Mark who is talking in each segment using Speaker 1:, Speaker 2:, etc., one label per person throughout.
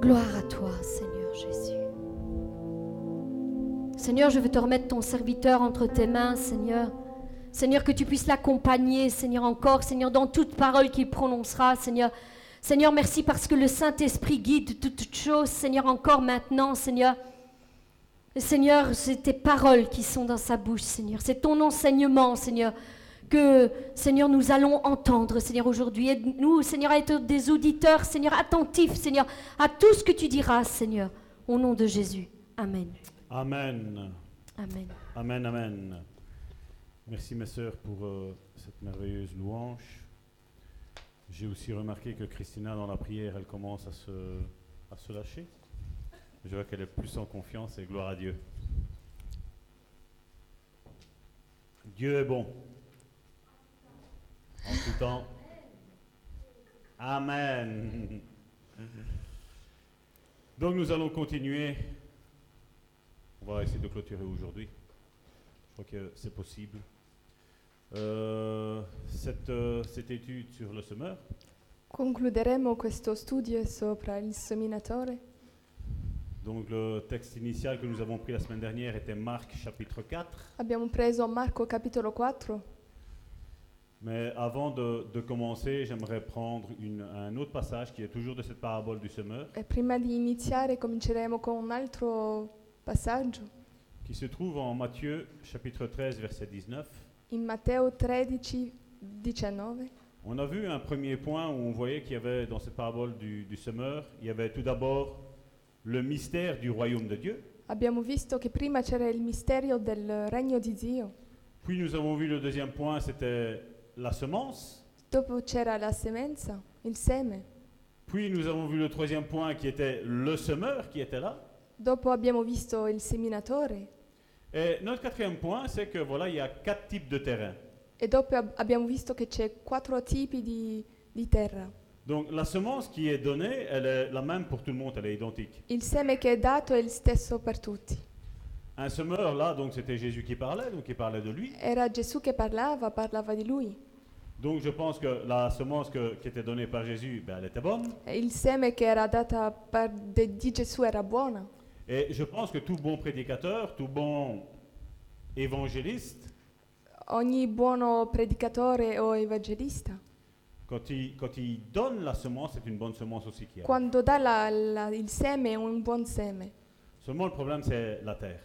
Speaker 1: Gloire à toi, Seigneur Jésus. Seigneur, je veux te remettre ton serviteur entre tes mains, Seigneur. Seigneur, que tu puisses l'accompagner, Seigneur, encore, Seigneur, dans toute parole qu'il prononcera, Seigneur. Seigneur, merci parce que le Saint-Esprit guide toutes toute choses, Seigneur, encore maintenant, Seigneur. Et Seigneur, c'est tes paroles qui sont dans sa bouche, Seigneur. C'est ton enseignement, Seigneur, que, Seigneur, nous allons entendre, Seigneur, aujourd'hui. Aide-nous, Seigneur, à être des auditeurs, Seigneur, attentifs, Seigneur, à tout ce que tu diras, Seigneur, au nom de Jésus. Amen.
Speaker 2: Amen.
Speaker 1: Amen.
Speaker 2: Amen, amen. Merci mes sœurs pour euh, cette merveilleuse louange. J'ai aussi remarqué que Christina, dans la prière, elle commence à se, à se lâcher. Je vois qu'elle est plus en confiance et gloire à Dieu. Dieu est bon. En tout temps. Amen. Donc nous allons continuer. On va essayer de clôturer aujourd'hui. Je crois que c'est possible. Euh, cette, euh, cette étude sur le semeur,
Speaker 3: Concluderemo questo studio sopra il seminatore.
Speaker 2: donc le texte initial que nous avons pris la semaine dernière était Marc chapitre 4.
Speaker 3: Abbiamo preso Marco capitolo 4,
Speaker 2: Mais avant de, de commencer, j'aimerais prendre une- un autre passage qui est toujours de cette parabole du semeur,
Speaker 3: e prima di iniziare cominceremo con un altro passaggio.
Speaker 2: qui se trouve en Matthieu chapitre 13 verset 19.
Speaker 3: In Matteo 13, 19
Speaker 2: On a vu un premier point où on voyait qu'il y avait dans cette parabole du, du semeur, il y avait tout d'abord le mystère du royaume de Dieu.
Speaker 3: abbiamo visto che prima c'era il mistero del regno di Dio,
Speaker 2: Puis nous avons vu le deuxième point, c'était la semence.
Speaker 3: dopo c'era la semenza, il seme,
Speaker 2: Puis nous avons vu le troisième point qui était le semeur qui était là.
Speaker 3: dopo abbiamo visto il seminatore
Speaker 2: Et notre quatrième point, c'est que voilà, il y a quatre types de terrains.
Speaker 3: e dopo ab- abbiamo visto che c'è quattro tipi di, di terra.
Speaker 2: Donc la semence qui est donnée, elle est la même pour tout le monde, elle est identique.
Speaker 3: Il seme che è dato è il stesso per tutti.
Speaker 2: Un semeur, là, donc c'était Jésus qui parlait, donc il parlait de lui.
Speaker 3: Era Gesù che parlava, parlava di lui.
Speaker 2: Donc je pense que la semence que- qui était donnée par Jésus, ben, elle était bonne.
Speaker 3: E Il seme che era data per- de- di Gesù era buona.
Speaker 2: Et je pense que tout bon prédicateur, tout bon évangéliste,
Speaker 3: Ogni buono predicatore o evangelista,
Speaker 2: quand il, quand il donne la semence, c'est une bonne semence aussi qu'il y a.
Speaker 3: quando dà la- la- il seme è un buon seme.
Speaker 2: Seulement, le problème, c'est la terre.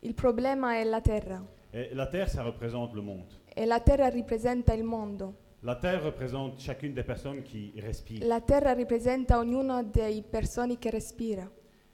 Speaker 3: Il problema è la terra.
Speaker 2: Et la terre, ça représente le monde.
Speaker 3: E la terra rappresenta il mondo.
Speaker 2: La terre représente chacune des personnes qui respirent.
Speaker 3: La terra rappresenta ognuna dei persone che respira.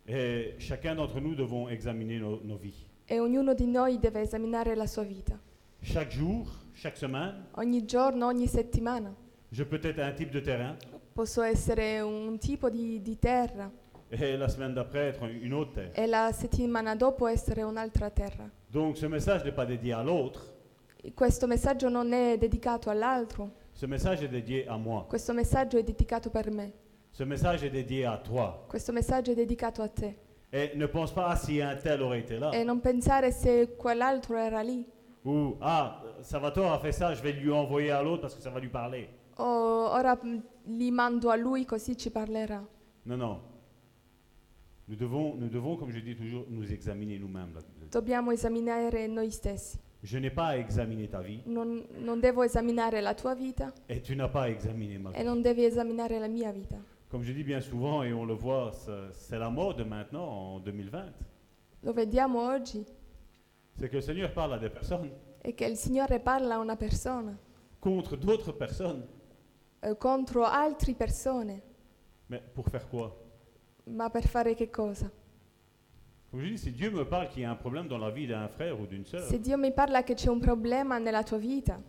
Speaker 2: Et chacun d'entre nous devons examiner nos, nos vies.
Speaker 3: E ognuno di noi deve esaminare la sua vita.
Speaker 2: Chaque jour, chaque semaine,
Speaker 3: Ogni giorno, ogni settimana.
Speaker 2: je peux être un type de terrain
Speaker 3: Posso essere un tipo di- di terra.
Speaker 2: et la semaine d'après être une autre terre.
Speaker 3: e la settimana dopo essere un'altra terra.
Speaker 2: Donc ce message n'est pas dédié à l'autre,
Speaker 3: E Questo messaggio non è dedicato all'altro,
Speaker 2: ce message est dédié à moi,
Speaker 3: questo messaggio è dedicato per me,
Speaker 2: ce message est dédié à toi.
Speaker 3: questo messaggio è dedicato a te.
Speaker 2: Et ne pense pas ah, si un tel aurait été là
Speaker 3: E non pensare se quell'altro era lì,
Speaker 2: ou ah, Salvatore a fait ça, je vais lui envoyer à l'autre parce que ça va lui parler.
Speaker 3: o ora mh, li mando a lui così ci parlerà.
Speaker 2: Non, non. Nous devons, nous devons, comme je dis toujours, nous examiner nous-mêmes. là-dedans.
Speaker 3: Dobbiamo esaminare noi stessi.
Speaker 2: Je n'ai pas à examiner ta vie
Speaker 3: Non, non devo esaminare la tua vita
Speaker 2: et tu n'as pas à examiner ma vie.
Speaker 3: e non devi esaminare la mia vita.
Speaker 2: Comme je dis bien souvent, et on le voit, ça- c'est la mode maintenant, en 2020,
Speaker 3: Lo vediamo oggi,
Speaker 2: c'est que le Seigneur parle à des personnes
Speaker 3: è che il Signore parla a una persona
Speaker 2: contre d'autres personnes.
Speaker 3: eh, contro altre persone,
Speaker 2: Mais pour faire quoi
Speaker 3: ma per fare che cosa?
Speaker 2: Comme je dis, si Dieu me parle qu'il y a un problème dans la vie d'un frère ou d'une sœur,
Speaker 3: Se Dio mi parla che c'è un problema nella tua vita,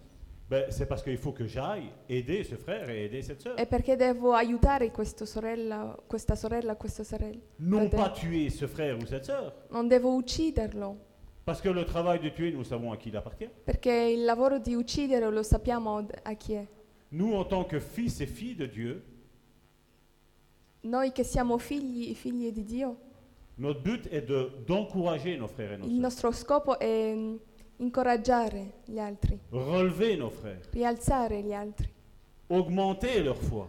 Speaker 2: ben, c'est parce qu'il faut que j'aille aider ce frère et aider cette sœur.
Speaker 3: è perché devo aiutare questo sorella, questa sorella, questa sorella.
Speaker 2: Non
Speaker 3: frère.
Speaker 2: pas tuer ce frère ou cette sœur,
Speaker 3: Non devo ucciderlo,
Speaker 2: parce que le travail de tuer, nous savons à qui il appartient.
Speaker 3: perché il lavoro di uccidere lo sappiamo d- a chi è.
Speaker 2: Nous, en tant que fils et filles de Dieu,
Speaker 3: Noi che siamo figli, figli di Dio,
Speaker 2: notre but est de- d'encourager nos frères et nos
Speaker 3: il
Speaker 2: sœurs,
Speaker 3: nostro scopo è mh, incoraggiare gli altri,
Speaker 2: relever nos frères,
Speaker 3: rialzare gli altri,
Speaker 2: augmenter leur foi.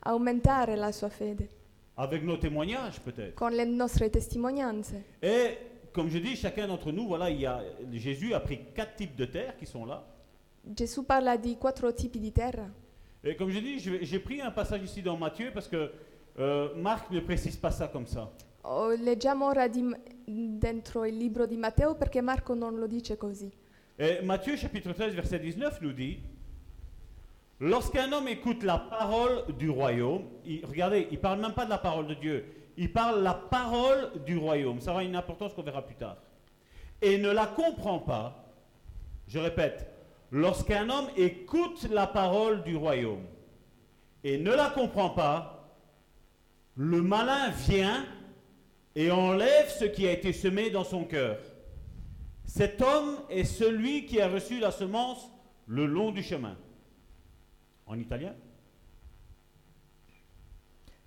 Speaker 3: aumentare la sua fede.
Speaker 2: avec nos témoignages peut-être.
Speaker 3: con le nostre testimonianze.
Speaker 2: Et comme je dis, chacun d'entre nous, voilà, il y a, Jésus a pris quatre types de terres qui sont là.
Speaker 3: Gesù parla di quattro tipi di terra.
Speaker 2: Et comme je dis, je vais- j'ai pris un passage ici dans Matthieu parce que euh, Marc ne précise pas ça comme ça.
Speaker 3: Oh, leggiamo ora di M- dentro il libro di Matteo perché Marco non lo dice così.
Speaker 2: Et Matthieu chapitre 13 verset 19 nous dit, lorsqu'un homme écoute la parole du royaume, il- regardez, il parle même pas de la parole de Dieu, il parle la parole du royaume, ça aura une importance qu'on verra plus tard, et ne la comprend pas, je répète, lorsqu'un homme écoute la parole du royaume et ne la comprend pas, le malin vient et enlève ce qui a été semé dans son cœur. Cet homme est celui qui a reçu la semence le long du chemin. En italien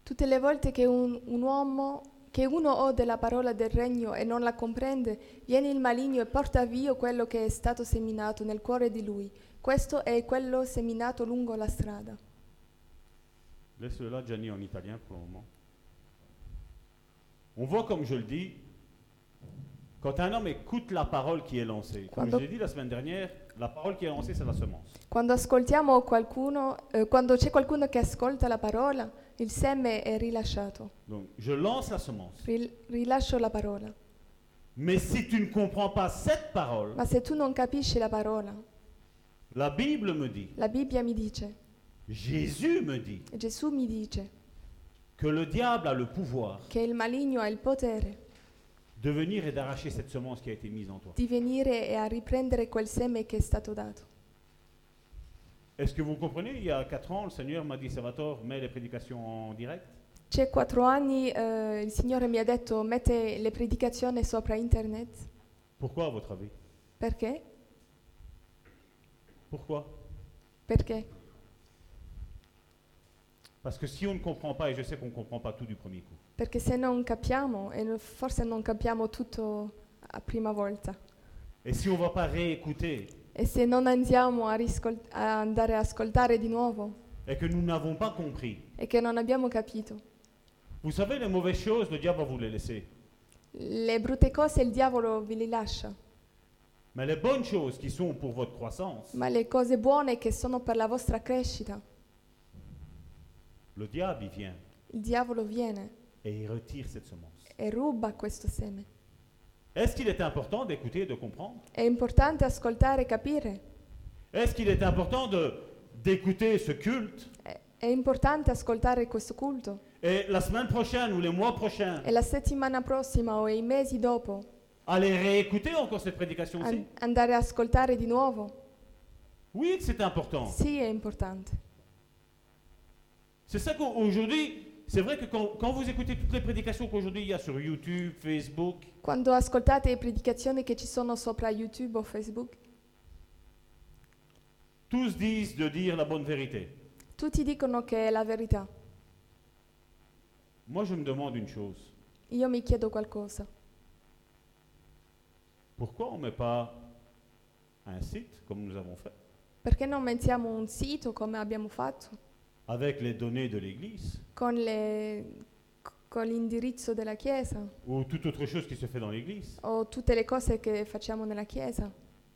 Speaker 3: Tutte le volte che un, un uomo che uno ode la parola del regno e non la comprende, viene il maligno e porta via quello che è stato seminato nel cuore di lui. Questo è quello seminato lungo la strada.
Speaker 2: Laisse-le là, Gianni, en italien pour le moment. On voit, comme je le dis, quand un homme écoute la parole qui est lancée, comme je
Speaker 3: Quando-
Speaker 2: l'ai dit la semaine dernière, la parole qui est lancée, c'est la semence.
Speaker 3: Quando ascoltiamo qualcuno, eh, quando c'è qualcuno che ascolta la parola, il seme è rilasciato.
Speaker 2: Donc, je lance la semence.
Speaker 3: Ril- rilascio la parola.
Speaker 2: Mais si tu ne comprends pas cette parole,
Speaker 3: Ma se tu non capisci la parola,
Speaker 2: la Bible me dit,
Speaker 3: la Bibbia mi dice,
Speaker 2: Jésus me dit,
Speaker 3: Gesù mi dice,
Speaker 2: que le diable a le pouvoir
Speaker 3: che il maligno ha il potere
Speaker 2: de venir et d'arracher cette semence qui a été mise en toi.
Speaker 3: di venire e a riprendere quel seme che è stato dato.
Speaker 2: Est-ce que vous comprenez Il y a 4 ans, le Seigneur m'a dit, Salvatore, mets les prédications en direct.
Speaker 3: C'è quattro anni eh, il Signore mi ha detto mette le predicazioni sopra internet.
Speaker 2: Pourquoi, à votre avis
Speaker 3: Perché?
Speaker 2: Pourquoi
Speaker 3: Perché?
Speaker 2: Parce que si on ne comprend pas, et je sais qu'on ne comprend pas tout du premier coup,
Speaker 3: Perché se non capiamo, e no- forse non capiamo tutto a prima volta,
Speaker 2: et si on ne va pas réécouter,
Speaker 3: e se non andiamo a, riscol- a andare a ascoltare di nuovo
Speaker 2: et que nous n'avons pas compris,
Speaker 3: e che non abbiamo capito,
Speaker 2: vous savez, les mauvaises choses, le diable va vous les laisser.
Speaker 3: le brutte cose il diavolo vi li lascia,
Speaker 2: Mais les bonnes choses qui sont pour votre croissance,
Speaker 3: ma le cose buone che sono per la vostra crescita,
Speaker 2: le diable, il vient
Speaker 3: il diavolo viene
Speaker 2: et il retire cette semence.
Speaker 3: e ruba questo seme.
Speaker 2: Est-ce qu'il est important d'écouter et de comprendre
Speaker 3: È importante ascoltare e capire,
Speaker 2: Est-ce qu'il est important de- d'écouter ce culte
Speaker 3: è- è importante ascoltare questo culto.
Speaker 2: et la semaine prochaine ou les mois prochains,
Speaker 3: E la settimana prossima o i mesi dopo
Speaker 2: aller réécouter encore cette prédication
Speaker 3: an-
Speaker 2: aussi
Speaker 3: andare a ascoltare di nuovo?
Speaker 2: Oui, que c'est important.
Speaker 3: Sì, è importante.
Speaker 2: C'est ça qu'aujourd'hui, c'est vrai que quand, quand vous écoutez toutes les prédications qu'aujourd'hui il y a sur YouTube, Facebook,
Speaker 3: Quando ascoltate le predicazioni che ci sono sopra YouTube o Facebook,
Speaker 2: tous disent de dire la bonne vérité.
Speaker 3: tutti dicono che è la verità.
Speaker 2: Moi, je me demande une chose.
Speaker 3: Io mi chiedo qualcosa.
Speaker 2: Pourquoi on ne met pas un site, comme nous avons fait,
Speaker 3: Perché non mettiamo un sito come abbiamo fatto,
Speaker 2: avec les données de l'Église
Speaker 3: con, le- con l'indirizzo della Chiesa
Speaker 2: ou toute autre chose qui se fait dans l'Église
Speaker 3: o tutte le cose che facciamo nella Chiesa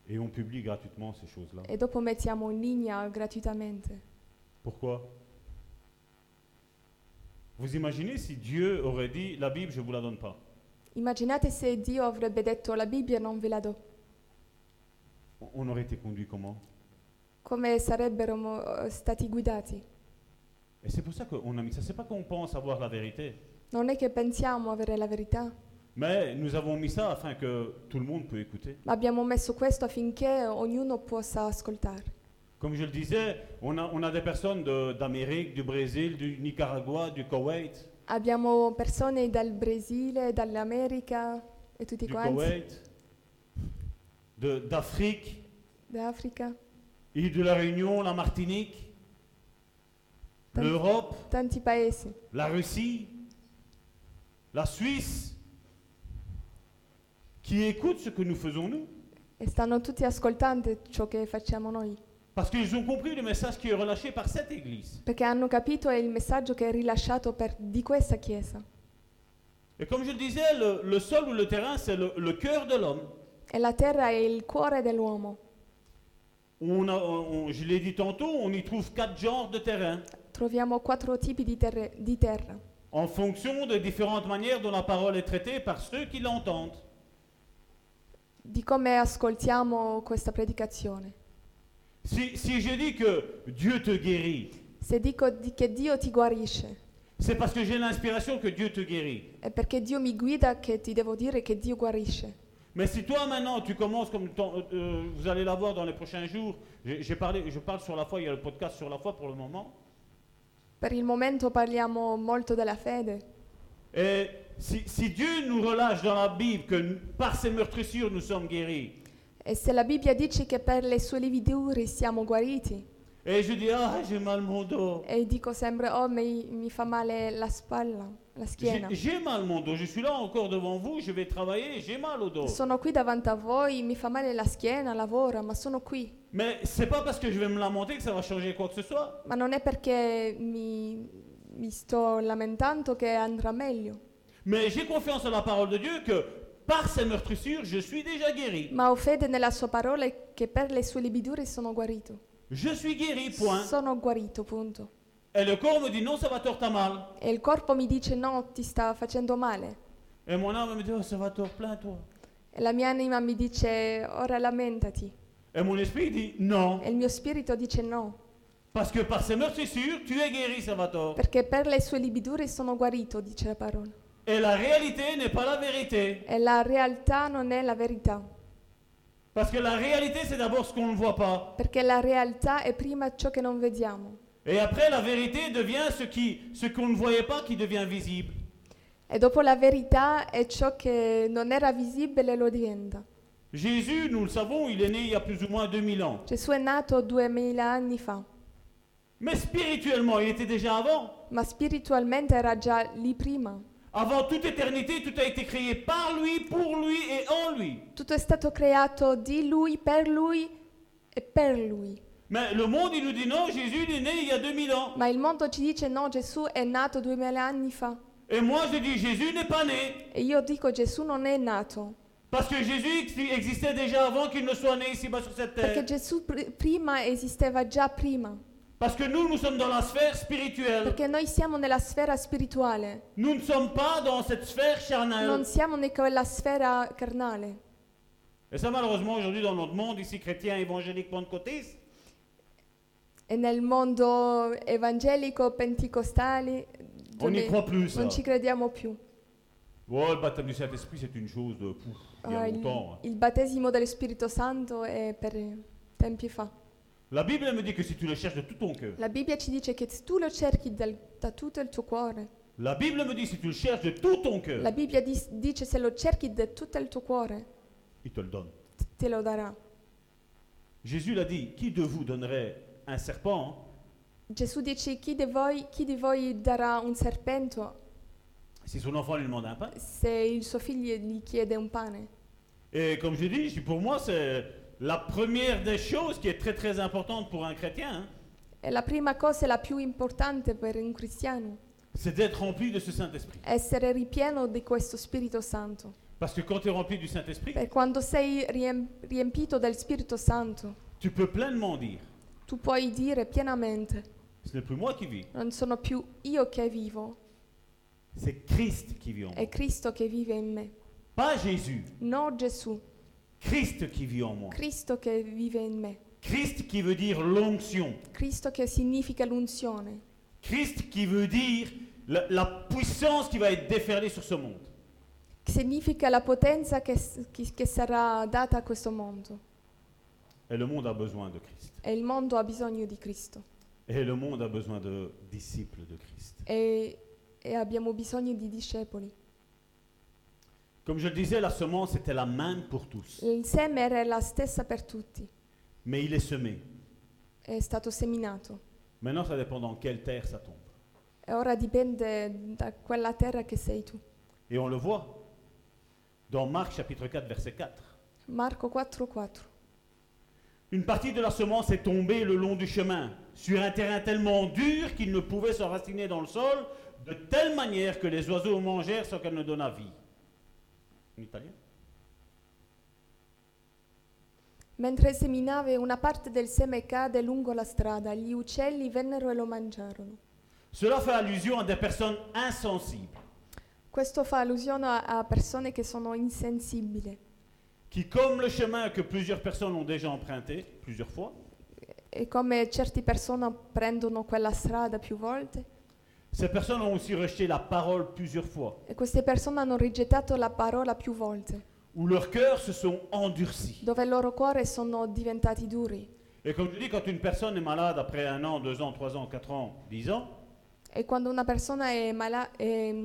Speaker 2: et on publie gratuitement ces choses-là
Speaker 3: e dopo mettiamo in linea gratuitamente?
Speaker 2: Pourquoi Vous imaginez si Dieu aurait dit la Bible, je ne vous la donne pas
Speaker 3: Immaginate se Dio avrebbe detto la Bibbia non ve la do.
Speaker 2: On- On aurait été conduit comment
Speaker 3: come sarebbero mo- eh, stati guidati.
Speaker 2: Et c'est pour ça qu'on a mis ça. C'est pas qu'on pense avoir la vérité,
Speaker 3: Non è che pensiamo avere la verità,
Speaker 2: mais nous avons mis ça afin que tout le monde peut écouter.
Speaker 3: ma abbiamo messo questo affinché ognuno possa ascoltare.
Speaker 2: Comme je le disais, on a, on a des personnes de- d'Amérique, du Brésil, du Nicaragua, du Koweït,
Speaker 3: Abbiamo persone dal Brasile, dall'America e tutti
Speaker 2: du
Speaker 3: quanti,
Speaker 2: Koweït, de- d'Afrique,
Speaker 3: d'Africa,
Speaker 2: île de la Réunion, la Martinique,
Speaker 3: Tanti-
Speaker 2: l'Europe,
Speaker 3: tanti paesi.
Speaker 2: la Russie, la Suisse, qui écoutent ce que nous faisons nous.
Speaker 3: E stanno tutti ascoltando ciò che facciamo noi,
Speaker 2: Parce qu'ils ont compris le message qui est relâché par cette Église.
Speaker 3: perché hanno capito è il messaggio che è rilasciato per- di questa Chiesa.
Speaker 2: Et comme je le disais, le, le sol ou le terrain, c'est le, le cœur de l'homme.
Speaker 3: E la terra è il cuore dell'uomo.
Speaker 2: On a- on- je l'ai dit tantôt, on y trouve quatre genres de terrain
Speaker 3: Troviamo quattro tipi di, terre- di terra,
Speaker 2: en fonction des différentes manières dont la parole est traitée par ceux qui l'entendent.
Speaker 3: di come ascoltiamo questa predicazione.
Speaker 2: Si, si je dis que Dieu te guérit,
Speaker 3: Se dico di- che Dio ti guarisce,
Speaker 2: c'est parce que j'ai l'inspiration que Dieu te guérit.
Speaker 3: è perché Dio mi guida che ti devo dire che Dio guarisce.
Speaker 2: Mais si toi maintenant tu commences comme ton- euh, vous allez la voir dans les prochains jours, j'ai j'ai parlé, je parle sur la foi, il y a le podcast sur la foi pour le moment.
Speaker 3: Per il momento parliamo molto della fede.
Speaker 2: Et si, si Dieu nous relâche dans la Bible que nous- par ses meurtrissures nous sommes guéris,
Speaker 3: E se la Bibbia dice che per le sue lividure siamo guariti,
Speaker 2: et je dis ah j'ai mal mon dos,
Speaker 3: e dico sempre, oh mi, mi fa male la spalla, la
Speaker 2: j'ai
Speaker 3: schiena.
Speaker 2: j'ai mal mon dos, je suis là encore devant vous, je vais travailler, j'ai mal au dos.
Speaker 3: Sono qui davanti a voi, mi fa male la schiena, lavora, ma sono qui.
Speaker 2: Mais c'est pas parce que je vais me lamenter que ça va changer quoi que ce soit.
Speaker 3: Ma non è perché mi, mi sto lamentando che andrà meglio,
Speaker 2: Mais j'ai confiance en la parole de Dieu que par ses meurtrissures je suis déjà guéri.
Speaker 3: ma ho fede nella sua parola e che per le sue lividure sono guarito.
Speaker 2: Je suis guéri, point.
Speaker 3: Sono guarito, punto.
Speaker 2: Et le corps me dit non, Salvatore, t'as mal.
Speaker 3: E il corpo mi dice no, ti sta facendo male.
Speaker 2: Et mon âme me dit oh, Salvatore, plains-toi.
Speaker 3: E la mia anima mi dice ora lamentati.
Speaker 2: Et mon esprit dit non,
Speaker 3: E il mio spirito dice no,
Speaker 2: parce que par ses meurtrissures tu es guéri, Salvatore.
Speaker 3: perché per le sue lividure sono guarito, dice la parola.
Speaker 2: Et la réalité n'est pas la vérité.
Speaker 3: E la realtà non è la verità,
Speaker 2: Parce que la réalité, c'est d'abord ce qu'on ne voit pas.
Speaker 3: perché la realtà è prima ciò che non vediamo.
Speaker 2: Et après, la vérité devient ce qui, ce qu'on ne voyait pas qui devient visible.
Speaker 3: E dopo la verità è ciò che non era visibile lo diventa.
Speaker 2: Jésus, nous le savons, il est né il y a plus ou moins 2000 ans.
Speaker 3: Gesù è nato duemila anni fa,
Speaker 2: Mais spirituellement, il était déjà avant.
Speaker 3: ma spiritualmente era già lì prima.
Speaker 2: Avant toute éternité, tout a été créé par lui, pour lui et en lui.
Speaker 3: Tutto è stato creato di lui, per lui e per lui.
Speaker 2: Mais le monde, il nous dit non, Jésus, il est né il y a 2000 ans.
Speaker 3: Ma il mondo ci dice no, Gesù è nato duemila anni fa.
Speaker 2: Et moi, je dis Jésus n'est pas né.
Speaker 3: E io dico Gesù non è nato,
Speaker 2: Parce que Jésus ex- existait déjà avant qu'il ne soit né ici-bas sur cette terre.
Speaker 3: perché Gesù pr- prima esisteva già prima,
Speaker 2: Parce que nous, nous sommes dans la sphère spirituelle.
Speaker 3: perché noi siamo nella sfera spirituale,
Speaker 2: Nous ne sommes pas dans cette sphère
Speaker 3: non
Speaker 2: charnelle.
Speaker 3: siamo in quella sfera carnale.
Speaker 2: Et ça, malheureusement, aujourd'hui, dans notre monde, ici, chrétien, évangélique, pentecôtiste,
Speaker 3: E nel mondo evangelico pentecostale
Speaker 2: on n'y
Speaker 3: dove
Speaker 2: croit plus, ça.
Speaker 3: non ci crediamo più.
Speaker 2: Oh, le baptême du Saint-Esprit, c'est une chose de... pouf, il y
Speaker 3: Ah,
Speaker 2: a
Speaker 3: il,
Speaker 2: longtemps. hein.
Speaker 3: il battesimo dello Spirito Santo è per tempi fa.
Speaker 2: La Bible elle me dit que si tu le cherches de tout ton cœur,
Speaker 3: La Bibbia ci dice che tu lo cerchi dal- da tutto il tuo cuore.
Speaker 2: la Bible me dit si tu le cherches de tout ton
Speaker 3: La
Speaker 2: cœur,
Speaker 3: Bibbia dis- dice se lo cerchi da tutto il tuo cuore
Speaker 2: il te le donne.
Speaker 3: t- te lo darà.
Speaker 2: Jésus l'a dit, qui de vous donnerait un serpent hein,
Speaker 3: Gesù dice chi di voi, chi di voi darà un serpente
Speaker 2: si son enfant lui demande un pain
Speaker 3: se il suo figlio gli chiede un pane.
Speaker 2: Et comme je dis, je- pour moi, c'est la première des choses qui est très très importante pour un chrétien, hein,
Speaker 3: E la prima cosa e la più importante per un cristiano.
Speaker 2: c'est d'être rempli de ce Saint-Esprit.
Speaker 3: essere ripieno di questo Spirito Santo.
Speaker 2: Parce que quand tu es rempli du Saint-Esprit,
Speaker 3: Per quando sei riemp- riempito del Spirito Santo,
Speaker 2: tu peux pleinement dire,
Speaker 3: tu puoi dire pienamente,
Speaker 2: ce n'est plus moi qui vis,
Speaker 3: non sono più io che vivo,
Speaker 2: c'est Christ qui vit en moi.
Speaker 3: è Cristo che vive in me.
Speaker 2: Pas Jésus,
Speaker 3: No Gesù,
Speaker 2: Christ qui vit en moi.
Speaker 3: Cristo che vive in me.
Speaker 2: Christ qui veut dire l'onction.
Speaker 3: Cristo che significa l'unzione.
Speaker 2: Christ qui veut dire la, la puissance qui va être déferlée sur ce monde.
Speaker 3: che Significa la potenza che, s- chi- che sarà data a questo mondo.
Speaker 2: Et le monde a besoin de Christ.
Speaker 3: E il mondo ha bisogno di Cristo.
Speaker 2: Et le monde a besoin de disciples de Christ.
Speaker 3: E, e abbiamo bisogno di discepoli.
Speaker 2: Comme je le disais, la semence était la même pour tous.
Speaker 3: Il seme era la stessa per tutti.
Speaker 2: Mais il est semé.
Speaker 3: È stato seminato.
Speaker 2: Maintenant, ça dépend dans quelle terre ça tombe.
Speaker 3: E ora dipende da quella terra che sei tu.
Speaker 2: Et on le voit dans Marc chapitre 4, verset 4.
Speaker 3: Marco 4:4.
Speaker 2: Une partie de la semence est tombée le long du chemin, sur un terrain tellement dur qu'il ne pouvait s'enraciner dans le sol, de telle manière que les oiseaux mangèrent sans qu'elle ne donnât vie. En italien
Speaker 3: Mentre seminava una parte del seme cade lungo la strada, gli uccelli vennero e lo mangiarono.
Speaker 2: Cela fait allusion à des personnes insensibles,
Speaker 3: Questo fa allusione a, a persone che sono insensibili,
Speaker 2: qui, comme le chemin que plusieurs personnes ont déjà emprunté plusieurs fois,
Speaker 3: e come certe persone prendono quella strada più volte,
Speaker 2: ces personnes ont aussi rejeté la parole plusieurs fois,
Speaker 3: e queste persone hanno rigettato la parola più volte,
Speaker 2: où leurs cœurs se sont endurcis.
Speaker 3: dove il loro cuore sono diventati duri.
Speaker 2: Et comme je dis, quand une personne est malade après un an, deux ans, trois ans, quatre ans, dix ans,
Speaker 3: E quando una persona è, mala- è-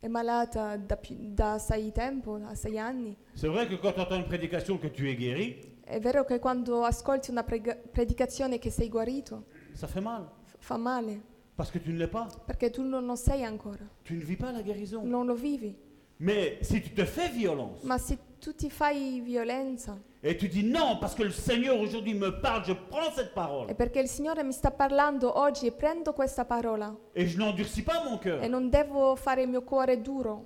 Speaker 3: è malata da, più- da sei tempo, da sei anni,
Speaker 2: c'est vrai que quand tu entends une prédication que tu es guéri,
Speaker 3: è vero che quando ascolti una prega- predicazione che sei guarito,
Speaker 2: ça fait mal,
Speaker 3: f- fa male,
Speaker 2: parce que tu ne l'es pas,
Speaker 3: perché tu non lo sei ancora,
Speaker 2: tu ne vis pas la guérison.
Speaker 3: non lo vivi.
Speaker 2: Mais si tu te fais violence
Speaker 3: Ma se tu ti fai violenza,
Speaker 2: et tu dis non, parce que le Seigneur aujourd'hui me parle, je prends cette parole
Speaker 3: è perché il Signore mi sta parlando oggi e prendo questa parola
Speaker 2: et je n'endurcis pas mon
Speaker 3: e
Speaker 2: cœur,
Speaker 3: non devo fare il mio cuore duro.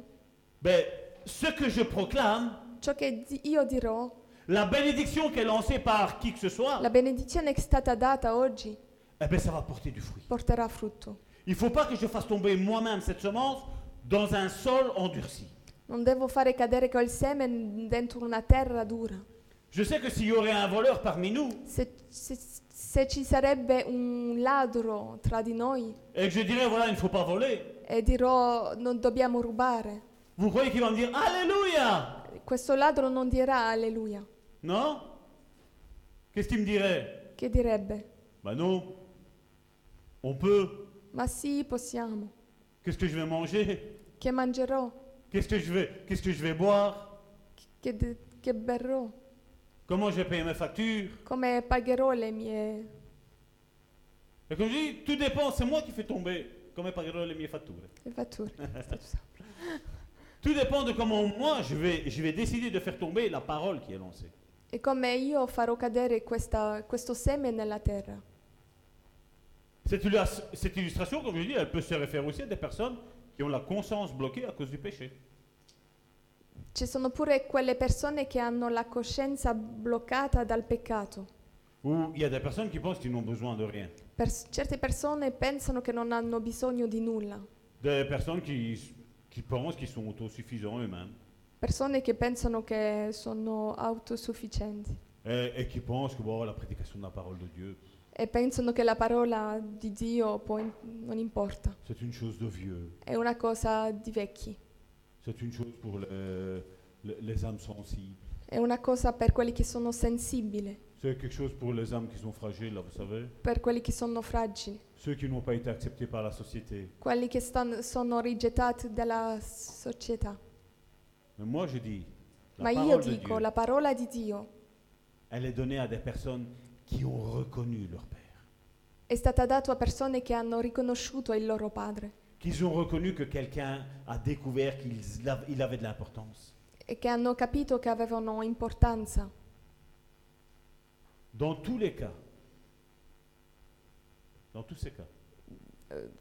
Speaker 2: ben, ce que je proclame,
Speaker 3: Ciò che di- io dirò,
Speaker 2: la bénédiction qui est lancée par qui que ce soit,
Speaker 3: la benedizione che è stata data oggi
Speaker 2: eh ben, ça va porter du fruit.
Speaker 3: porterà frutto.
Speaker 2: Il ne faut pas que je fasse tomber moi-même cette semence dans un sol endurci.
Speaker 3: Non devo fare cadere quel seme dentro una terra dura.
Speaker 2: Je sais que s'il y aurait un voleur parmi nous
Speaker 3: Se, se- se ci sarebbe un ladro tra di noi
Speaker 2: et que je dirais voilà, il ne faut pas voler,
Speaker 3: e dirò non dobbiamo rubare,
Speaker 2: vous croyez qu'il va me dire Alléluia
Speaker 3: questo ladro non dirà alleluia.
Speaker 2: Non Qu'est-ce qu'il me dirait
Speaker 3: Che direbbe?
Speaker 2: Ben non, on peut.
Speaker 3: Ma sì, possiamo.
Speaker 2: Qu'est-ce que je vais manger
Speaker 3: Che mangerò?
Speaker 2: Qu'est-ce que je vais Qu'est-ce que je vais boire
Speaker 3: Che, de- che berrò?
Speaker 2: Comment je vais payer mes factures
Speaker 3: Come pagherò le mie...
Speaker 2: Et comme je dis, tout dépend, c'est moi qui fais tomber. Comment pagherò le mie fatture
Speaker 3: le fatture?
Speaker 2: Tout dépend de comment moi je vais, je vais décider de faire tomber la parole qui est lancée.
Speaker 3: e come io farò cadere questa- questo seme nella terra.
Speaker 2: Cette, illus- cette illustration, comme je dis, elle peut se référer aussi à des personnes qui ont la conscience bloquée à cause du péché.
Speaker 3: Ci sono pure quelle persone che hanno la coscienza bloccata dal peccato.
Speaker 2: Ou il y a des personnes qui pensent qu'ils n'ont besoin de rien.
Speaker 3: Pers- certe persone pensano che non hanno bisogno di nulla,
Speaker 2: Des personnes qui, qui pensent qu'ils sont autosuffisants eux-mêmes
Speaker 3: persone che pensano che sono autosufficienti
Speaker 2: et, et qui pensent que bon, la prédication de la parole de Dieu,
Speaker 3: e pensano che la parola di Dio poi non importa,
Speaker 2: c'est une chose de vieux,
Speaker 3: è una cosa di vecchi,
Speaker 2: c'est une chose pour le- le- les âmes sensibles,
Speaker 3: è una cosa per quelli che sono sensibili,
Speaker 2: c'est quelque chose pour les âmes qui sont fragiles, là, vous savez,
Speaker 3: per quelli che sono fragili,
Speaker 2: ceux qui n'ont pas été acceptés par la société.
Speaker 3: quelli che stan- sono rigettati dalla società.
Speaker 2: Mais moi, je dis, la
Speaker 3: Ma io
Speaker 2: parole de
Speaker 3: dico,
Speaker 2: Dieu,
Speaker 3: la parola di Dio
Speaker 2: elle est donnée à des personnes qui ont reconnu leur Père,
Speaker 3: è stata data a persone che hanno riconosciuto il loro padre
Speaker 2: qu'ils ont reconnu que quelqu'un a découvert qu'il av- il avait de l'importance.
Speaker 3: e che hanno capito che avevano importanza.
Speaker 2: Dans tous les cas, dans tous ces cas,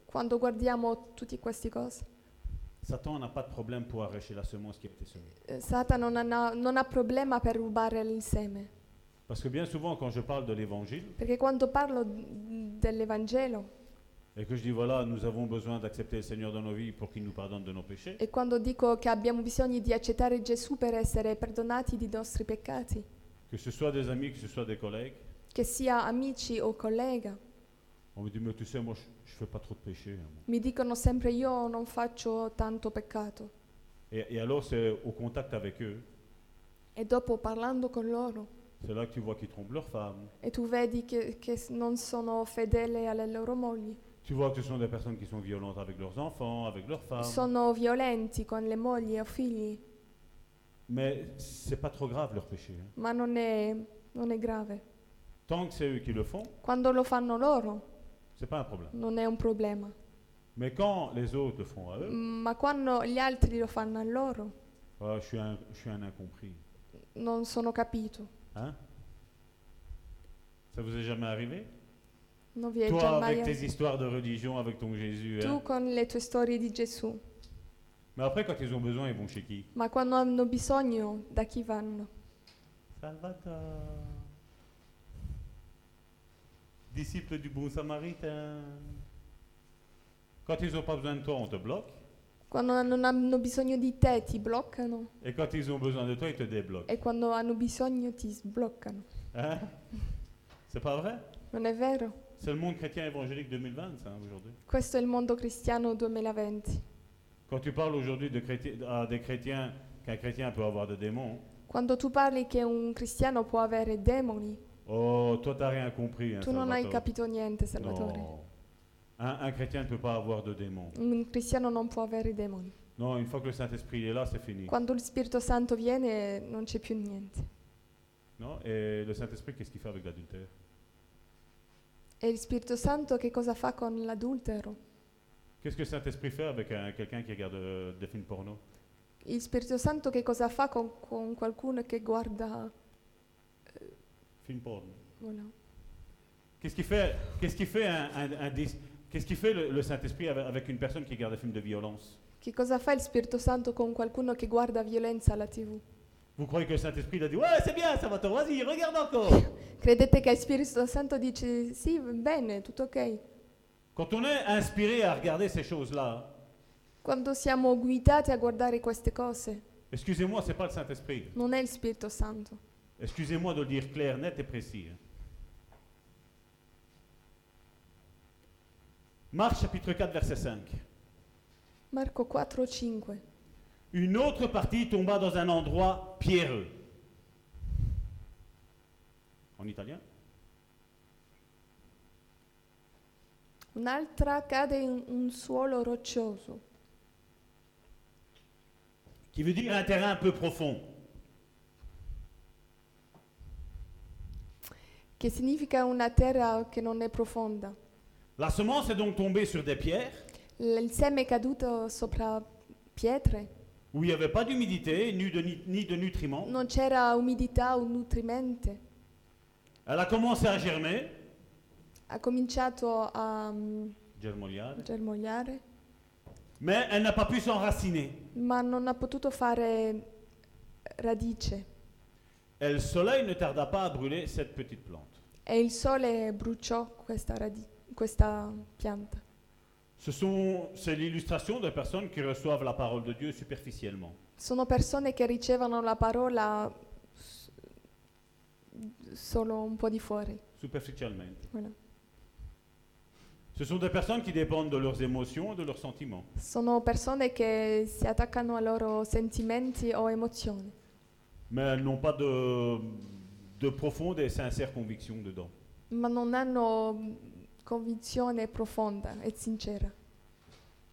Speaker 3: Quando guardiamo tutte queste cose,
Speaker 2: Satan n'a pas de problème pour arracher la semence qui a été semée.
Speaker 3: eh, Satana non ha, non ha problema per rubare il seme,
Speaker 2: Parce que bien souvent, quand je parle de l'évangile
Speaker 3: perché quando parlo d- dell'Evangelo
Speaker 2: et que je dis voilà, nous avons besoin d'accepter le Seigneur dans nos vies pour qu'il nous pardonne de nos péchés,
Speaker 3: e quando dico che abbiamo bisogno di accettare Gesù per essere perdonati dei nostri peccati,
Speaker 2: que ce soit des amis, que ce soit des collègues,
Speaker 3: che sia amici o collega,
Speaker 2: on me dit mais tu sais, moi je, je fais pas trop de péchés. hein, moi.
Speaker 3: mi dicono sempre io non faccio tanto peccato
Speaker 2: Et, et alors c'est au contact avec eux,
Speaker 3: e dopo parlando con loro
Speaker 2: c'est là que tu vois qu'ils trompent leur femme,
Speaker 3: e tu vedi che, che s- non sono fedeli alle loro mogli,
Speaker 2: tu vois que ce sont des personnes qui sont violentes avec leurs enfants, avec leurs femmes.
Speaker 3: sono violenti con le mogli o figli,
Speaker 2: Mais c'est pas trop grave leur péché. hein.
Speaker 3: ma non è, non è grave.
Speaker 2: Tant que c'est eux qui le font,
Speaker 3: Quando lo fanno loro
Speaker 2: c'est pas un problème.
Speaker 3: non è un problema,
Speaker 2: Mais quand les autres le font à eux,
Speaker 3: ma quando gli altri lo fanno a loro
Speaker 2: Ah, je, suis un, je suis un incompris.
Speaker 3: non sono capito.
Speaker 2: Hein Ça vous est jamais arrivé
Speaker 3: Non vi è già
Speaker 2: Toi,
Speaker 3: mai
Speaker 2: avec tes histoires de religion, avec ton Jésus. hein.
Speaker 3: tu con le tue storie di Gesù,
Speaker 2: Mais après, quand ils ont besoin, ils vont chez qui
Speaker 3: ma quando hanno bisogno da chi vanno?
Speaker 2: Salvatore. Disciple du bon samaritain. Quand ils n'ont pas besoin de toi, on te bloque.
Speaker 3: Quando non hanno bisogno di te ti bloccano
Speaker 2: Et quand ils ont besoin de toi, ils te débloquent.
Speaker 3: e quando hanno bisogno ti sbloccano.
Speaker 2: Hein C'est pas vrai
Speaker 3: Non è vero?
Speaker 2: C'est le monde chrétien évangélique 2020, ça, aujourd'hui.
Speaker 3: Questo è il mondo cristiano 2020.
Speaker 2: Quand tu parles aujourd'hui de chréti- à des chrétiens, qu'un chrétien peut avoir de démons,
Speaker 3: Quando tu parli che un cristiano può avere demoni,
Speaker 2: oh, toi, t'as rien compris. hein,
Speaker 3: tu non hai
Speaker 2: Salvatore.
Speaker 3: capito niente, Salvatore.
Speaker 2: Non. Un, un chrétien ne peut pas avoir de démons.
Speaker 3: Un cristiano non può avere demoni.
Speaker 2: Non, une fois que le Saint-Esprit est là, c'est fini.
Speaker 3: Quando lo Spirito Santo viene non c'è più niente.
Speaker 2: Non Et le Saint-Esprit, qu'est-ce qu'il fait avec l'adultère
Speaker 3: E lo Spirito Santo che cosa fa con l'adultero?
Speaker 2: Qu'est-ce que le Saint-Esprit fait avec un- quelqu'un qui regarde euh, des films porno
Speaker 3: Il Spirito Santo che cosa fa con, con qualcuno che guarda...
Speaker 2: Film porno.
Speaker 3: voilà.
Speaker 2: Qu'est-ce qu'il fait, qu'est-ce qu'il fait, un, un- un dis- qu'est-ce qu'il fait le, le Saint-Esprit avec, avec une personne qui regarde des films de violence
Speaker 3: Che cosa fa il Spirito Santo con qualcuno che guarda violenza alla TV?
Speaker 2: Vous croyez que le Saint-Esprit il a dit Ouais, c'est bien, Salvatore, vas-y, regarde encore
Speaker 3: Credete che il Spirito Santo dice sì, bene, tutto ok.
Speaker 2: Quand on est inspiré à regarder ces choses-là,
Speaker 3: Quando siamo guidati a guardare queste cose,
Speaker 2: excusez-moi, c'est pas le Saint-Esprit.
Speaker 3: non è il Spirito Santo.
Speaker 2: Excusez-moi de le dire clair, net et précis. hein. Marc chapitre 4, verset 5.
Speaker 3: Marco 4, 5.
Speaker 2: Une autre partie tomba dans un endroit pierreux. En italien
Speaker 3: Un'altra cade in un suolo roccioso,
Speaker 2: Qui veut dire un terrain un peu profond.
Speaker 3: che significa una terra che non è profonda.
Speaker 2: La semence est donc tombée sur des pierres
Speaker 3: L- il seme è caduto sopra pietre,
Speaker 2: où il n'y avait pas d'humidité, ni de, ni- ni de nutriments.
Speaker 3: non c'era umidità o nutrimente.
Speaker 2: Elle a commencé à germer,
Speaker 3: Ha cominciato a mm,
Speaker 2: germogliare,
Speaker 3: germogliare,
Speaker 2: mais elle n'a pas pu s'enraciner.
Speaker 3: ma non ha potuto fare radice
Speaker 2: Et le soleil ne tarda pas à brûler cette petite plante.
Speaker 3: e il sole bruciò questa, radi- questa pianta.
Speaker 2: Ce sont, c'est l'illustration de personnes qui reçoivent la parole de Dieu superficiellement.
Speaker 3: Sono persone che ricevono la parola s- solo un po' di fuori.
Speaker 2: Superficiellement.
Speaker 3: voilà.
Speaker 2: Ce sont des personnes qui dépendent de leurs émotions et de leurs sentiments.
Speaker 3: Sono persone che si attaccano ai loro sentimenti o emozioni,
Speaker 2: Mais elles n'ont pas de, de profonde et sincère conviction dedans.
Speaker 3: ma non hanno mh, convinzione profonda e sincera.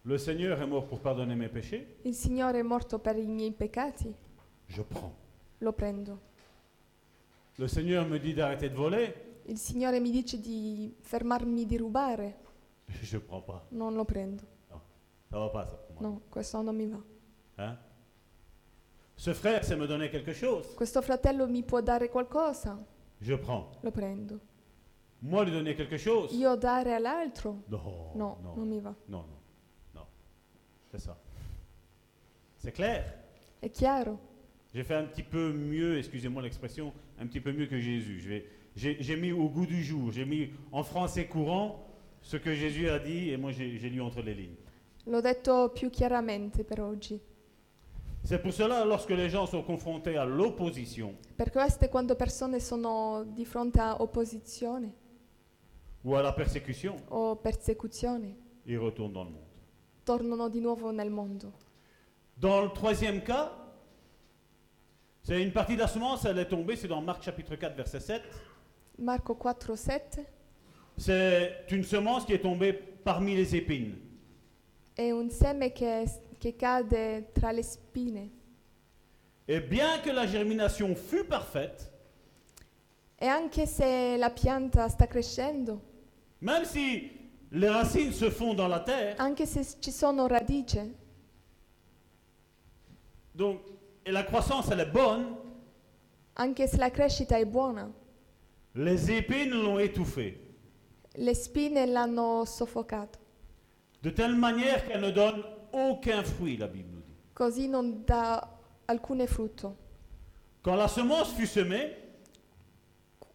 Speaker 2: Le Seigneur est mort pour pardonner mes péchés.
Speaker 3: Il Signore è morto per i miei peccati,
Speaker 2: Je prends.
Speaker 3: lo prendo.
Speaker 2: Le Seigneur me dit d'arrêter de voler.
Speaker 3: Il Signore mi dice di fermarmi di rubare,
Speaker 2: Je prends pas.
Speaker 3: non lo prendo.
Speaker 2: Ça va pas ça pour moi.
Speaker 3: No, questo non mi va.
Speaker 2: Hein? Ce frère c'est me donner quelque chose.
Speaker 3: Questo fratello mi può dare qualcosa,
Speaker 2: Je prends.
Speaker 3: lo prendo.
Speaker 2: Moi lui donner quelque chose.
Speaker 3: Io dare all'altro?
Speaker 2: Non,
Speaker 3: No,
Speaker 2: non,
Speaker 3: non mi va.
Speaker 2: Non, non, non. C'est ça. C'est clair
Speaker 3: È chiaro.
Speaker 2: J'ai fait un petit peu mieux, excusez-moi l'expression, un petit peu mieux que Jésus. Je vais- J'ai j'ai mis au goût du jour, j'ai mis en français courant ce que Jésus a dit et moi j'ai j'ai lu entre les lignes.
Speaker 3: L'ho detto più chiaramente per oggi.
Speaker 2: C'est pour cela, lorsque les gens sont confrontés à l'opposition
Speaker 3: Per questo è quando persone sono di fronte a opposizione
Speaker 2: ou à la persécution,
Speaker 3: o persecuzione,
Speaker 2: ils retournent dans le monde.
Speaker 3: tornano di nuovo nel mondo.
Speaker 2: Dans le troisième cas, c'est une partie de la semence, elle est tombée, c'est dans Marc chapitre 4, verset 7.
Speaker 3: Marco 4:7
Speaker 2: C'est une semence qui est tombée parmi les épines.
Speaker 3: è un seme che, che cade tra le spine
Speaker 2: Et bien que la germination fût parfaite,
Speaker 3: e anche se la pianta sta crescendo,
Speaker 2: même si les racines se font dans la terre,
Speaker 3: anche se ci sono radice
Speaker 2: donc et la croissance elle est bonne,
Speaker 3: Anche se la crescita è buona,
Speaker 2: Les épines l'ont étouffée,
Speaker 3: Le spine l'hanno soffocato,
Speaker 2: de telle manière qu'elle ne donne aucun fruit, la Bible nous dit.
Speaker 3: così non dà alcune frutto.
Speaker 2: Quand la semence fut semée,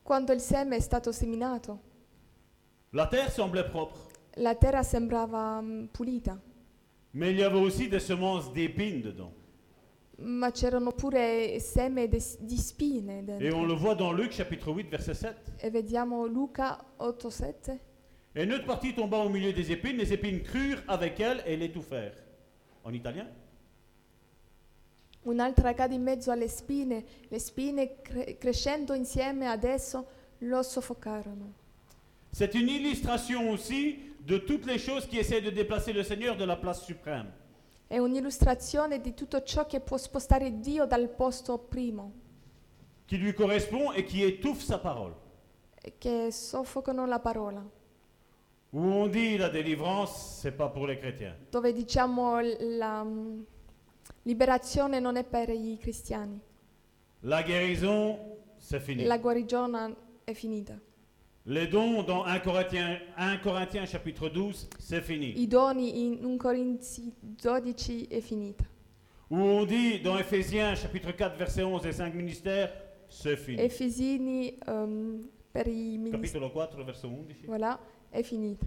Speaker 3: Quando il seme è stato seminato,
Speaker 2: la terre semblait propre,
Speaker 3: la terra sembrava mm, pulita,
Speaker 2: mais il y avait aussi des semences d'épines dedans.
Speaker 3: ma c'erano pure seme de- di spine
Speaker 2: Et
Speaker 3: dentro.
Speaker 2: on le voit dans Luc chapitre 8, verset 7.
Speaker 3: E vediamo Luca 8:7.
Speaker 2: Et notre partie tomba au milieu des épines, les épines crurent avec elle et l'étouffèrent. En italien
Speaker 3: Un'altra cade in mezzo alle spine, le spine cre- crescendo insieme adesso lo soffocarono.
Speaker 2: C'est une illustration aussi de toutes les choses qui essaient de déplacer le Seigneur de la place suprême.
Speaker 3: È un'illustrazione di tutto ciò che può spostare Dio dal posto primo,
Speaker 2: qui lui correspond et qui étouffe sa parole.
Speaker 3: eh, che soffocano la parola,
Speaker 2: Où on dit la délivrance, c'est pas pour les chrétiens.
Speaker 3: dove diciamo l- la mm, liberazione non è per i cristiani,
Speaker 2: La guérison, c'est fini.
Speaker 3: la guarigione è finita,
Speaker 2: Les dons dans 1 Corinthiens, 1 Corinthiens chapitre 12, c'est fini.
Speaker 3: i doni in 1 Corinzi 12 è finita,
Speaker 2: Où on dit dans Ephésiens chapitre 4 verset 11 et 5 ministères, c'est fini.
Speaker 3: Efesini ehm, per i ministeri,
Speaker 2: Capitolo 4 verset 11,
Speaker 3: voilà, è finita.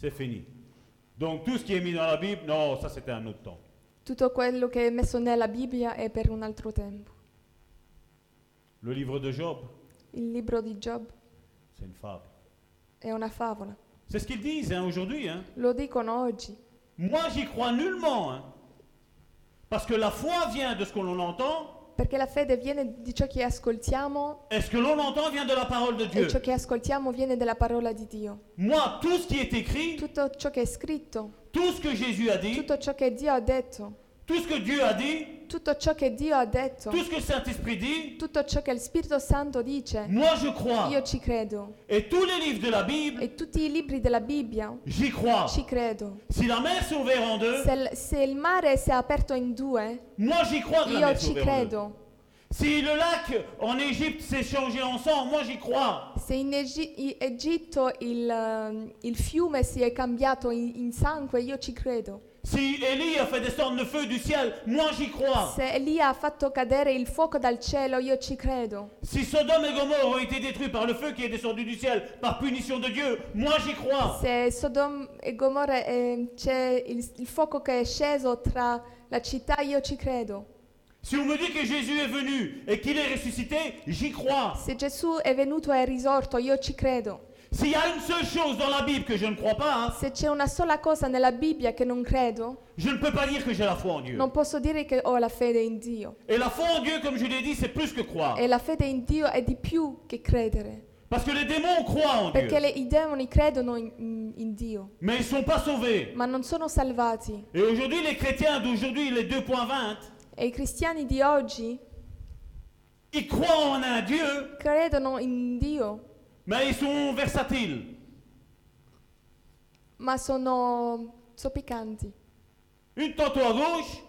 Speaker 2: c'est fini. Donc tout ce qui est mis dans la Bible, non, ça c'était un autre temps.
Speaker 3: Tutto quello che è messo nella Bibbia è per un altro tempo.
Speaker 2: Le livre de Job,
Speaker 3: Il libro di Job
Speaker 2: c'est une fable.
Speaker 3: è una favola.
Speaker 2: C'est ce qu'ils disent hein, aujourd'hui. Hein.
Speaker 3: Lo dicono oggi.
Speaker 2: Moi, j'y crois nullement. hein. Parce que la foi vient de ce que l'on entend,
Speaker 3: Perché la fede viene di ciò che ascoltiamo
Speaker 2: et ce que l'on entend vient de la parole de Dieu.
Speaker 3: e ciò che ascoltiamo viene dalla parola di Dio.
Speaker 2: Moi, tout ce qui est écrit,
Speaker 3: Tutto ciò che è scritto,
Speaker 2: tout ce que Jésus a dit,
Speaker 3: tutto ciò che Dio ha detto,
Speaker 2: tout ce que Dieu a dit,
Speaker 3: tutto ciò che Dio ha detto,
Speaker 2: tout ce que le Saint-Esprit dit,
Speaker 3: tutto ciò che il Spirito Santo dice,
Speaker 2: moi, je crois.
Speaker 3: io ci credo.
Speaker 2: Et tous les livres de la Bible,
Speaker 3: E tutti i libri della Bibbia
Speaker 2: j'y crois.
Speaker 3: ci credo.
Speaker 2: Si la mer s'est ouverte en deux,
Speaker 3: Se, il- se il mare si è aperto in due,
Speaker 2: moi, j'y crois que la
Speaker 3: io
Speaker 2: mer s'est
Speaker 3: ci
Speaker 2: ouverte en deux.
Speaker 3: credo.
Speaker 2: Si le lac en Égypte s'est changé en sang, moi, j'y crois.
Speaker 3: Se in Egi- in Egitto il, ehm, il fiume si è cambiato in, in sangue, io ci credo.
Speaker 2: Si Élie a fait descendre le feu du ciel, moi, j'y crois.
Speaker 3: Se Elia ha fatto cadere il fuoco dal cielo, io ci credo.
Speaker 2: Si Sodome et Gomorre ont été détruits par le feu qui est descendu du ciel, par punition de Dieu, moi j'y crois.
Speaker 3: Se Sodom e Gomorra ehm, c'è il, il fuoco che è sceso tra la città, io ci credo.
Speaker 2: Si on me dit que Jésus est venu et qu'il est ressuscité, j'y crois.
Speaker 3: Se Gesù è venuto e è risorto, io ci credo.
Speaker 2: S'il y a une seule chose dans la Bible que je ne crois pas, hein,
Speaker 3: Se c'è una sola cosa nella Bibbia che non credo,
Speaker 2: je ne peux pas dire que j'ai la foi en Dieu.
Speaker 3: non posso dire che ho la fede in Dio.
Speaker 2: Et la foi en Dieu, comme je l'ai dit, c'est plus que croire.
Speaker 3: E la fede in Dio è di più che credere.
Speaker 2: Parce que les démons croient en Dieu,
Speaker 3: Perché le- i demoni credono in- in- in Dio.
Speaker 2: mais ils ne sont pas sauvés.
Speaker 3: ma non sono salvati.
Speaker 2: Et aujourd'hui, les chrétiens d'aujourd'hui, les 2.20,
Speaker 3: E i cristiani di oggi
Speaker 2: ils croient en un Dieu,
Speaker 3: credono in Dio,
Speaker 2: mais ils sont versatiles.
Speaker 3: ma sono zoppicanti.
Speaker 2: Une tantôt à gauche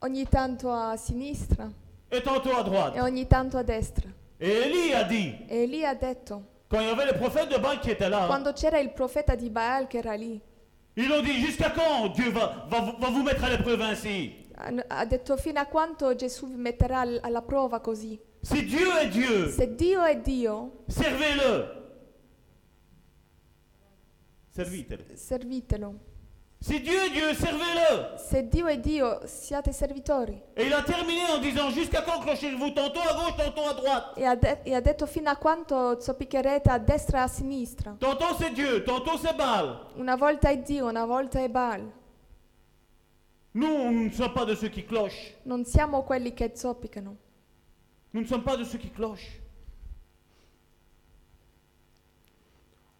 Speaker 3: Ogni tanto a sinistra
Speaker 2: et tantôt à droite.
Speaker 3: e ogni tanto a destra.
Speaker 2: Et Élie a dit,
Speaker 3: E lì ha detto,
Speaker 2: Quand il y avait les prophètes de Baal qui étaient là, hein,
Speaker 3: quando c'era il profeta di Baal che era lì,
Speaker 2: ils ont dit jusqu'à quand Dieu va, va, va vous mettre à l'épreuve ainsi
Speaker 3: han- ha detto fino a quanto Gesù vi metterà al- alla prova così.
Speaker 2: Si Dieu est Dieu,
Speaker 3: Se Dio è Dio,
Speaker 2: servez-le. Servitele.
Speaker 3: servitelo.
Speaker 2: Si Dieu est Dieu, servez-le.
Speaker 3: Se Dio è Dio, siate servitori.
Speaker 2: Et il a terminé en disant jusqu'à quand clochez-vous tantôt à gauche, tantôt à droite.
Speaker 3: E ha, de- e ha detto fino a quanto zoppicherete a destra e a sinistra.
Speaker 2: Tantôt c'est Dieu, tantôt c'est Baal.
Speaker 3: Una volta è Dio, una volta è Baal.
Speaker 2: Nous, on ne sommes pas de ceux qui clochent.
Speaker 3: Non siamo quelli che zoppicano,
Speaker 2: Nous ne sommes pas de ceux qui clochent.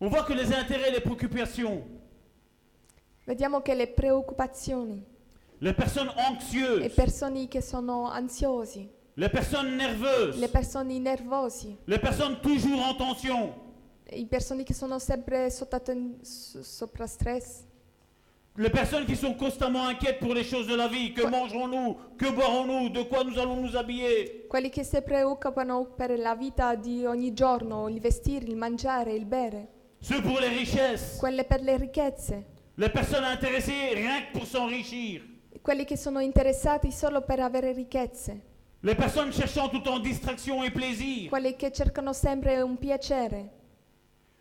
Speaker 2: On voit que les intérêts, les préoccupations,
Speaker 3: vediamo che le preoccupazioni,
Speaker 2: les personnes anxieuses,
Speaker 3: le persone che sono ansiosi,
Speaker 2: Les personnes nerveuses,
Speaker 3: le persone nervosi,
Speaker 2: les personnes toujours en tension,
Speaker 3: le persone che sono sempre sotto atten- s- sopra stress,
Speaker 2: Les personnes qui sont constamment inquiètes pour les choses de la vie, que
Speaker 3: Ouais.
Speaker 2: mangerons-nous, que boirons-nous, de quoi nous allons nous habiller,
Speaker 3: Quelli che si preoccupano per la vita di ogni giorno, il vestire, il mangiare, il bere,
Speaker 2: ceux pour les richesses,
Speaker 3: quelle per le ricchezze,
Speaker 2: les personnes intéressées rien que pour s'enrichir,
Speaker 3: quelli che sono interessati solo per avere ricchezze,
Speaker 2: les personnes cherchant tout en distraction et plaisir.
Speaker 3: quelli che cercano sempre un piacere.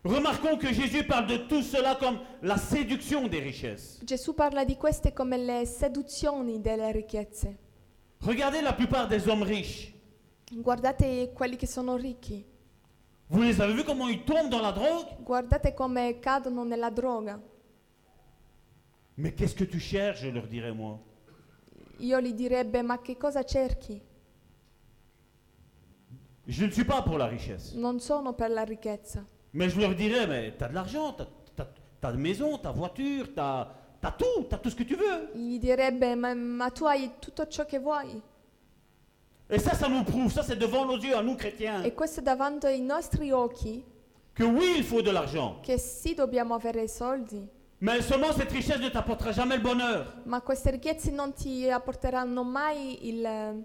Speaker 2: Remarquons que Jésus parle de tout cela comme la séduction des richesses.
Speaker 3: Gesù parla di queste come le seduzioni delle ricchezze.
Speaker 2: Regardez la plupart des hommes riches.
Speaker 3: Guardate quelli che sono ricchi,
Speaker 2: Vous les avez vus comment ils tombent dans la drogue
Speaker 3: guardate come cadono nella droga.
Speaker 2: Mais qu'est-ce que tu cherches, je leur dirais moi.
Speaker 3: Io gli direbbe ma che cosa cerchi?
Speaker 2: Je ne suis pas pour la richesse.
Speaker 3: Non sono per la ricchezza,
Speaker 2: Mais je leur dirais, mais t'as de l'argent, t'as, t'as, t'as une maison, t'as voiture, t'as, t'as tout, t'as tout ce que tu veux.
Speaker 3: gli direbbe ma, ma tu hai tutto ciò che vuoi.
Speaker 2: Et ça, ça nous prouve, ça c'est devant nos yeux, à nous chrétiens,
Speaker 3: E questo davanti ai nostri occhi,
Speaker 2: que oui, il faut de l'argent.
Speaker 3: che sì dobbiamo avere i soldi,
Speaker 2: Mais seulement cette richesse ne t'apportera jamais le bonheur.
Speaker 3: ma queste ricchezze non ti apporteranno mai il,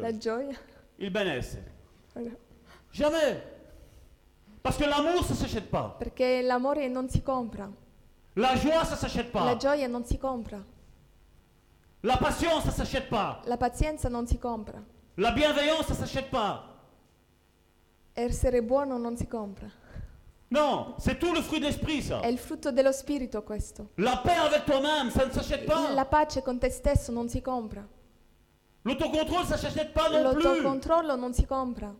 Speaker 3: la gioia.
Speaker 2: Il benesse. Jamais. Parce que l'amour, ça s'achète pas.
Speaker 3: Perché l'amore non si compra,
Speaker 2: La joie, ça s'achète
Speaker 3: la
Speaker 2: pas.
Speaker 3: gioia non si compra,
Speaker 2: La patience, ça s'achète pas.
Speaker 3: la pazienza non si compra,
Speaker 2: La bienveillance, ça s'achète pas.
Speaker 3: essere buono non si compra.
Speaker 2: Non, c'est tout le fruit de l'esprit, ça.
Speaker 3: È il frutto dello spirito questo.
Speaker 2: La paix avec toi-même, ça ne s'achète pas.
Speaker 3: La pace con te stesso non si compra.
Speaker 2: L'autocontrôle, ça s'achète pas non plus.
Speaker 3: L'autocontrollo non si compra.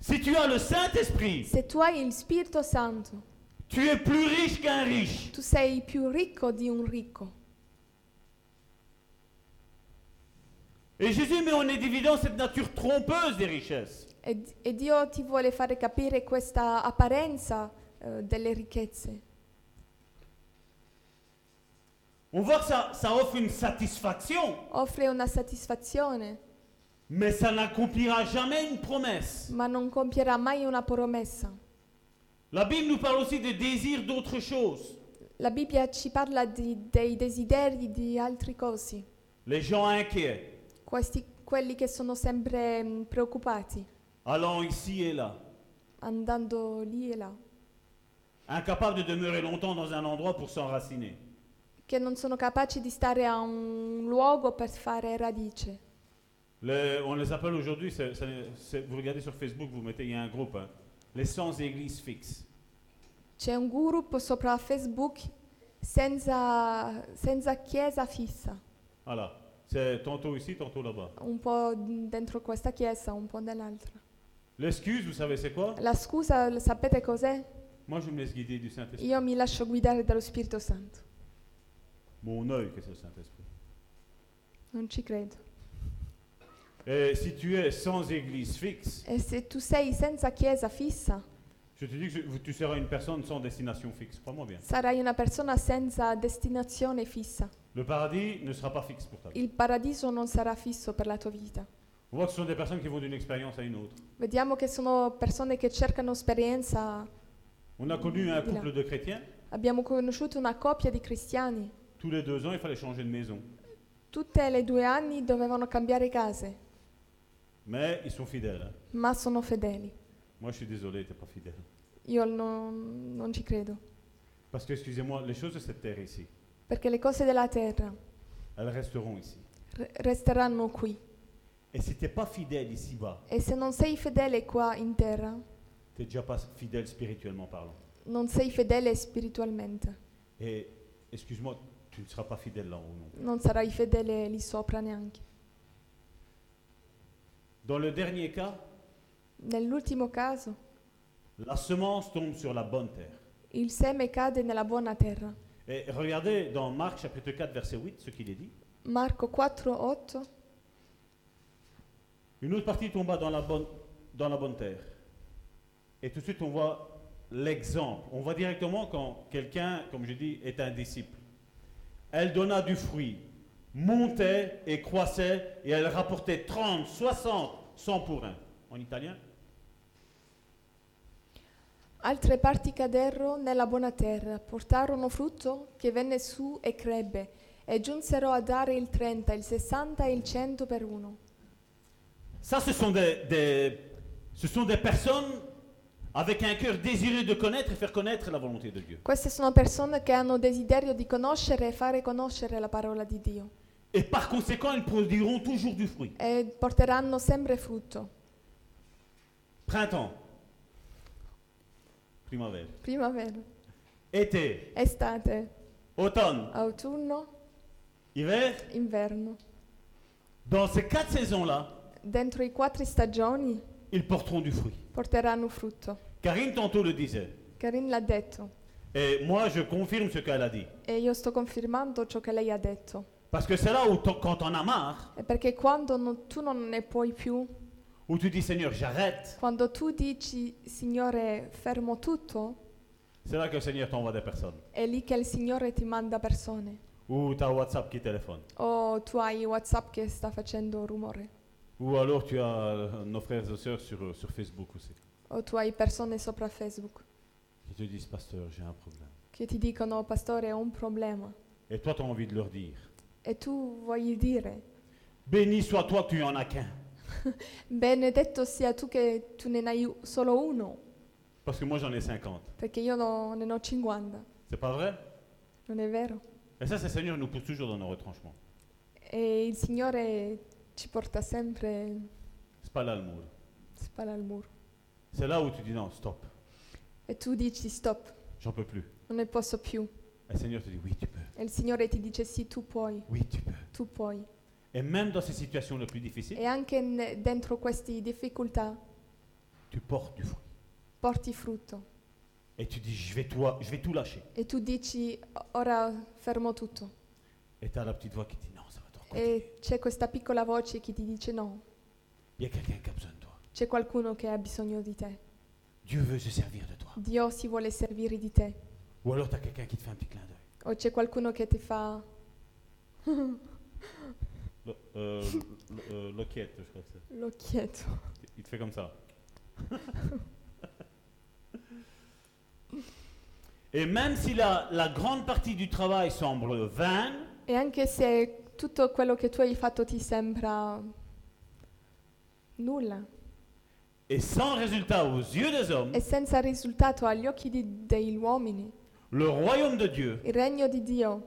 Speaker 2: Si tu as le Saint-Esprit,
Speaker 3: Se tu hai il Spirito Santo,
Speaker 2: tu es plus riche qu'un riche.
Speaker 3: tu sei più ricco di un ricco.
Speaker 2: Et Jésus met en évidence cette nature trompeuse des richesses.
Speaker 3: E, e Dio ti vuole fare capire questa apparenza eh, delle ricchezze.
Speaker 2: On voit que ça, ça offre une satisfaction,
Speaker 3: Offre una satisfazione,
Speaker 2: mais ça n'accomplira jamais une promesse.
Speaker 3: ma non compierà mai una promessa.
Speaker 2: La Bible nous parle aussi des désirs d'autres choses.
Speaker 3: La Bibbia ci parla di- dei desideri di altri cosi,
Speaker 2: Les gens inquiets,
Speaker 3: questi, quelli che sono sempre mm, preoccupati,
Speaker 2: allant ici et là,
Speaker 3: andando lì e là,
Speaker 2: incapables de demeurer longtemps dans un endroit pour s'enraciner.
Speaker 3: che non sono capaci di stare a un luogo per fare radice.
Speaker 2: Les- on les appelle aujourd'hui, c'est- c'est- c'est- vous regardez sur Facebook, vous mettez, il y a un groupe, hein, les sans églises fixes.
Speaker 3: C'è un group sopra Facebook senza, senza chiesa fissa,
Speaker 2: Voilà. C'est tantôt ici, tantôt là-bas.
Speaker 3: un po' dentro questa chiesa, un po' nell'altra.
Speaker 2: L'excuse, vous savez, c'est quoi
Speaker 3: La scusa, lo sapete cos'è?
Speaker 2: Moi, je me laisse guider du Saint-Esprit.
Speaker 3: Io mi lascio guidare dallo Spirito Santo,
Speaker 2: Mon œil, que c'est le Saint-Esprit.
Speaker 3: non ci credo.
Speaker 2: Et Euh, si tu es sans église fixe,
Speaker 3: E se tu sei senza chiesa fissa,
Speaker 2: je te dis que je- tu seras une personne sans destination fixe. Crois-moi bien.
Speaker 3: sarai una persona senza destinazione fissa.
Speaker 2: Le paradis ne sera pas fixe pour ta vie.
Speaker 3: Il paradiso non sarà fisso per la tua vita.
Speaker 2: On voit que ce sont des personnes qui vont d'une expérience à une autre.
Speaker 3: Vediamo che sono persone che cercano esperienza.
Speaker 2: On a connu un
Speaker 3: Oula.
Speaker 2: couple de chrétiens.
Speaker 3: Abbiamo conosciuto una coppia di cristiani.
Speaker 2: Tous les deux ans, il fallait changer de maison.
Speaker 3: Tutte le due anni dovevano cambiare case,
Speaker 2: Mais ils sont fidèles. hein.
Speaker 3: ma sono fedeli.
Speaker 2: Moi, je suis désolé, t'es pas fidèle.
Speaker 3: Io non, non ci credo,
Speaker 2: Parce que, excusez-moi, les choses de cette terre ici,
Speaker 3: perché le cose della terra
Speaker 2: elles resteront ici.
Speaker 3: re- resteranno qui.
Speaker 2: Et si t'es pas fidèle ici-bas,
Speaker 3: E se non sei fedele qua in terra,
Speaker 2: t'es déjà pas fidèle spirituellement parlant.
Speaker 3: non sei fedele spiritualmente.
Speaker 2: Et excuse-moi, tu ne seras pas fidèle là-haut non.
Speaker 3: Non sarai fedele lì sopra neanche.
Speaker 2: Dans le dernier cas,
Speaker 3: Nell'ultimo caso,
Speaker 2: la semence tombe sur la bonne terre.
Speaker 3: il seme cade nella buona terra.
Speaker 2: Et regardez dans Marc chapitre 4 verset 8 ce qu'il est dit.
Speaker 3: Marco 4, 8.
Speaker 2: Une autre partie tomba dans la bonne, dans la bonne terre. Et tout de suite on voit l'exemple. On voit directement quand quelqu'un, comme je dis, est un disciple. Elle donna du fruit, montait et croissait, et elle rapportait 30, 60, 100 pour un. En italien
Speaker 3: Altre parti caddero nella buona terra, portarono frutto che venne su e crebbe, e giunsero a dare il 30, il 60 e il 100 per uno.
Speaker 2: Ça, ce sont des, des- ce sont des personnes avec un cœur désireux de connaître et faire connaître la volonté de Dieu.
Speaker 3: Queste sono persone che hanno desiderio di conoscere e fare conoscere la parola di Dio
Speaker 2: Et par conséquent, ils produiront toujours du fruit.
Speaker 3: e porteranno sempre frutto.
Speaker 2: Printemps, primavera,
Speaker 3: Primavera,
Speaker 2: été,
Speaker 3: estate,
Speaker 2: automne,
Speaker 3: autunno,
Speaker 2: hiver.
Speaker 3: inverno.
Speaker 2: Dans ces quatre saisons-là,
Speaker 3: Dentro i quattro stagioni
Speaker 2: ils porteront du fruit.
Speaker 3: porteranno frutto.
Speaker 2: Karine tantôt le disait.
Speaker 3: Karin l'ha detto
Speaker 2: Et moi, je confirme ce qu'elle a dit.
Speaker 3: e io sto confermando ciò che lei ha detto.
Speaker 2: Parce que c'est là où, t'en- quand on a marre,
Speaker 3: È perché quando non- tu non ne puoi più,
Speaker 2: où tu dis Seigneur, j'arrête,
Speaker 3: quando tu dici Signore fermo tutto,
Speaker 2: c'est là que le Seigneur t'envoie des personnes.
Speaker 3: è lì che il Signore ti manda persone.
Speaker 2: Ou tu as WhatsApp qui téléphone.
Speaker 3: O tu hai WhatsApp che sta facendo rumore.
Speaker 4: Ou alors tu as euh, nos frères et sœurs sur, euh, sur Facebook aussi,
Speaker 3: O tu hai persone sopra Facebook
Speaker 4: qui te disent, pasteur, j'ai un problème.
Speaker 3: che ti dicono, pastore, ho un problema.
Speaker 4: Et toi, tu as envie de leur dire,
Speaker 3: E tu vuoi dire,
Speaker 2: Béni soit toi, tu en as qu'un.
Speaker 3: benedetto sia tu che tu ne hai u- solo uno,
Speaker 4: parce que moi j'en ai 50.
Speaker 3: perché io no- ne ho 50,
Speaker 4: C'est pas vrai
Speaker 3: non è vero?
Speaker 4: Et ça, c'est le Seigneur nous pousse toujours dans nos retranchements.
Speaker 3: E il Signore ci porta sempre
Speaker 4: C'est pas là le mot.
Speaker 3: spalla al muro.
Speaker 4: C'est là où tu dis, non, stop,
Speaker 3: E tu dici, stop,
Speaker 4: j'en peux plus.
Speaker 3: non ne posso più.
Speaker 4: Et le Seigneur te dit, oui, tu peux,
Speaker 3: E il Signore ti dice, sì, tu puoi,
Speaker 4: oui, tu peux.
Speaker 3: tu puoi.
Speaker 4: Et même dans ces situations les plus difficiles,
Speaker 3: E anche ne- dentro queste difficoltà
Speaker 4: tu portes du fruit.
Speaker 3: porti frutto.
Speaker 4: Et tu dis, je vais, toi, je vais tout lâcher.
Speaker 3: E tu dici, ora fermo tutto.
Speaker 4: Et tu as la petite voix qui dit, non, ça va te
Speaker 3: E c'è questa piccola voce che ti dice no,
Speaker 4: Il y a quelqu'un qui a besoin de toi.
Speaker 3: c'è qualcuno che ha bisogno di te.
Speaker 4: Dieu veut se servir de toi.
Speaker 3: Dio si vuole servire di te.
Speaker 4: Ou alors tu as quelqu'un qui te fait un petit clin d'œil.
Speaker 3: O c'è qualcuno che ti fa
Speaker 4: Le- euh, le- euh, Loquette, je crois que c'est.
Speaker 3: l'occhietto.
Speaker 4: Il te fait comme ça.
Speaker 2: Et même si la, la grande partie du travail semble vaine,
Speaker 3: E anche se tutto quello che tu hai fatto ti sembra nulla
Speaker 2: et sans résultat aux yeux des hommes,
Speaker 3: e senza risultato agli occhi di- degli uomini,
Speaker 2: le royaume de Dieu
Speaker 3: il regno di Dio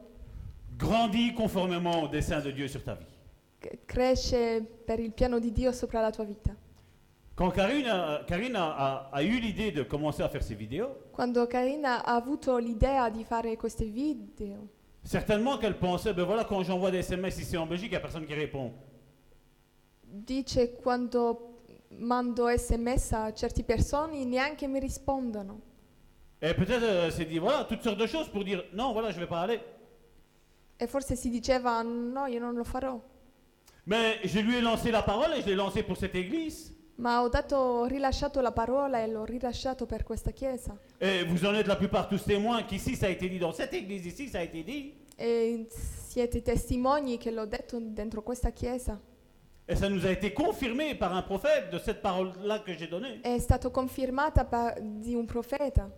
Speaker 2: grandit conformément au dessein de Dieu sur ta vie.
Speaker 3: c- cresce per il piano di Dio sopra la tua vita.
Speaker 2: Quand Karine a, euh, Karine a- a- a eu l'idée de commencer à faire ses vidéos,
Speaker 3: Quando Karina ha avuto l'idea di fare questi video,
Speaker 2: certainement qu'elle pensait, ben voilà, quand j'envoie des SMS ici en Belgique, il n'y a personne qui répond.
Speaker 3: dice quando mando sms a certe persone neanche mi rispondono
Speaker 2: Et peut-être euh, elle s'est dit, voilà, toutes sortes de choses pour dire, non, voilà, je ne vais pas aller.
Speaker 3: e forse si diceva no io non lo farò
Speaker 2: Mais je lui ai lancé la parole et je l'ai lancée pour cette église.
Speaker 3: ma ho dato ho rilasciato la parola e l'ho rilasciato per questa chiesa
Speaker 2: Et vous en êtes la plupart tous témoins qu'ici, ça a été dit, dans cette église ici, ça a été dit.
Speaker 3: e siete testimoni che l'ho detto dentro questa chiesa
Speaker 2: Et ça nous a été confirmé par un prophète de cette parole-là que j'ai donnée.
Speaker 3: è stata confermata pa- di un profeta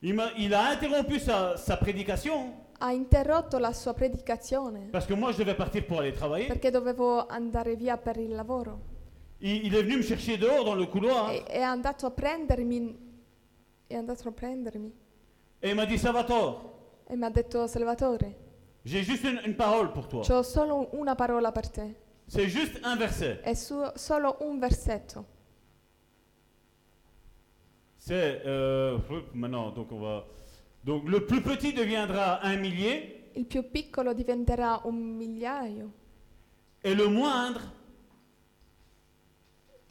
Speaker 2: Il, m'a- il a interrompu sa, sa prédication
Speaker 3: ha interrotto la sua predicazione
Speaker 2: parce que moi, je devais partir pour aller travailler.
Speaker 3: perché dovevo andare via per il lavoro
Speaker 2: Il, il est venu me chercher dehors dans le couloir
Speaker 3: e è andato a prendermi è andato a prendermi
Speaker 2: et il m'a dit Salvatore,
Speaker 3: e mi ha detto Salvatore
Speaker 2: j'ai juste une, une parole pour toi.
Speaker 3: C'ho solo una parola per te,
Speaker 2: C'est juste un verset.
Speaker 3: è su- solo un versetto.
Speaker 2: C'est euh, hop, maintenant donc on va donc le plus petit deviendra un millier
Speaker 3: Il più piccolo diventerà un migliaio
Speaker 2: et le moindre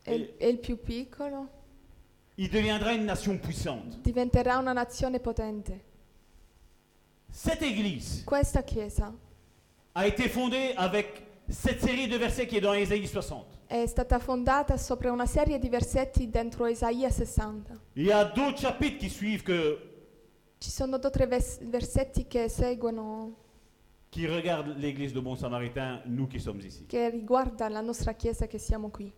Speaker 3: e, il- e il più piccolo
Speaker 2: il deviendra une nation puissante.
Speaker 3: diventerà una nazione potente.
Speaker 2: Cette église
Speaker 3: Questa chiesa
Speaker 2: a été fondée avec cette série de versets qui est dans Ésaïe 60.
Speaker 3: è stata fondata sopra una serie di versetti dentro Isaia 60.
Speaker 2: Il y a d'autres chapitres qui suivent que
Speaker 3: Ci sono due o tre vers- versetti che seguono,
Speaker 2: qui regardent l'église de Bon Samaritain, nous qui sommes ici.
Speaker 3: che riguardano la nostra chiesa che siamo qui.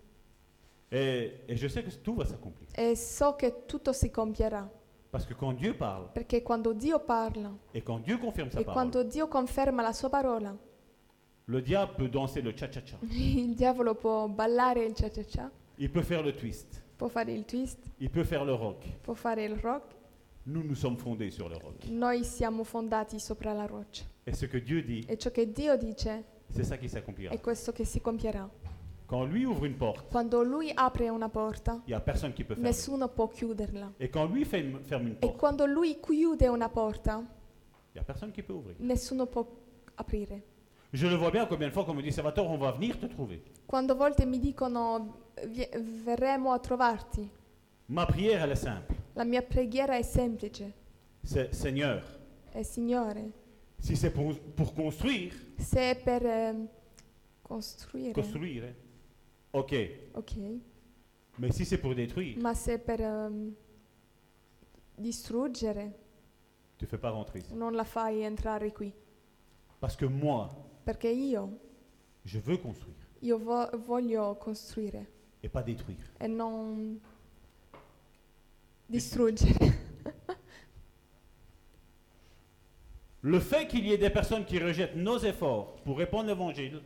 Speaker 2: Et, et je sais que tout va s'accomplir.
Speaker 3: E so che tutto si compierà.
Speaker 2: Parce que quand Dieu parle
Speaker 3: Perché quando Dio parla
Speaker 2: et quand Dieu confirme sa
Speaker 3: e
Speaker 2: parole,
Speaker 3: quando Dio conferma la sua parola,
Speaker 2: le diable peut danser le cha-cha-cha.
Speaker 3: il diavolo può ballare il cha-cha-cha,
Speaker 2: Il peut faire le twist.
Speaker 3: può fare il twist,
Speaker 2: Il peut faire le rock.
Speaker 3: può fare il rock.
Speaker 2: Nous, nous sommes fondés sur le rock.
Speaker 3: Noi siamo fondati sopra la roccia.
Speaker 2: Et ce que Dieu dit,
Speaker 3: E ciò che Dio dice
Speaker 2: c'est ça qui s'accomplira.
Speaker 3: è questo che si compierà.
Speaker 2: Quand lui ouvre une porte,
Speaker 3: Quando Lui apre una porta,
Speaker 2: il n'y a personne qui peut faire.
Speaker 3: nessuno può chiuderla.
Speaker 2: Et quand lui fait une- ferme une
Speaker 3: E
Speaker 2: porte,
Speaker 3: quando Lui chiude una porta,
Speaker 2: il n'y a personne qui peut ouvrir.
Speaker 3: nessuno può aprire.
Speaker 2: Je le vois bien combien de fois qu'on me dit, Salvatore, on va venir te trouver.
Speaker 3: Quando a volte mi dicono "Vi- verremo a trovarti,
Speaker 2: Ma prière, elle est simple.
Speaker 3: la mia preghiera è semplice.
Speaker 2: C'est Seigneur,
Speaker 3: È Signore,
Speaker 2: si c'est pour, pour construire,
Speaker 3: se è per eh, costruire,
Speaker 2: construire, hein, ok.
Speaker 3: ok,
Speaker 2: Mais si c'est pour détruire,
Speaker 3: ma se è per ehm, distruggere,
Speaker 2: tu ne fais pas rentrer ici.
Speaker 3: non la fai entrare qui.
Speaker 2: Parce que moi,
Speaker 3: Perché io,
Speaker 2: je veux construire
Speaker 3: io vo- voglio costruire
Speaker 2: et pas détruire.
Speaker 3: e non distruggere.
Speaker 2: Le fait qu'il y ait des personnes qui rejettent nos efforts pour répandre l'évangile,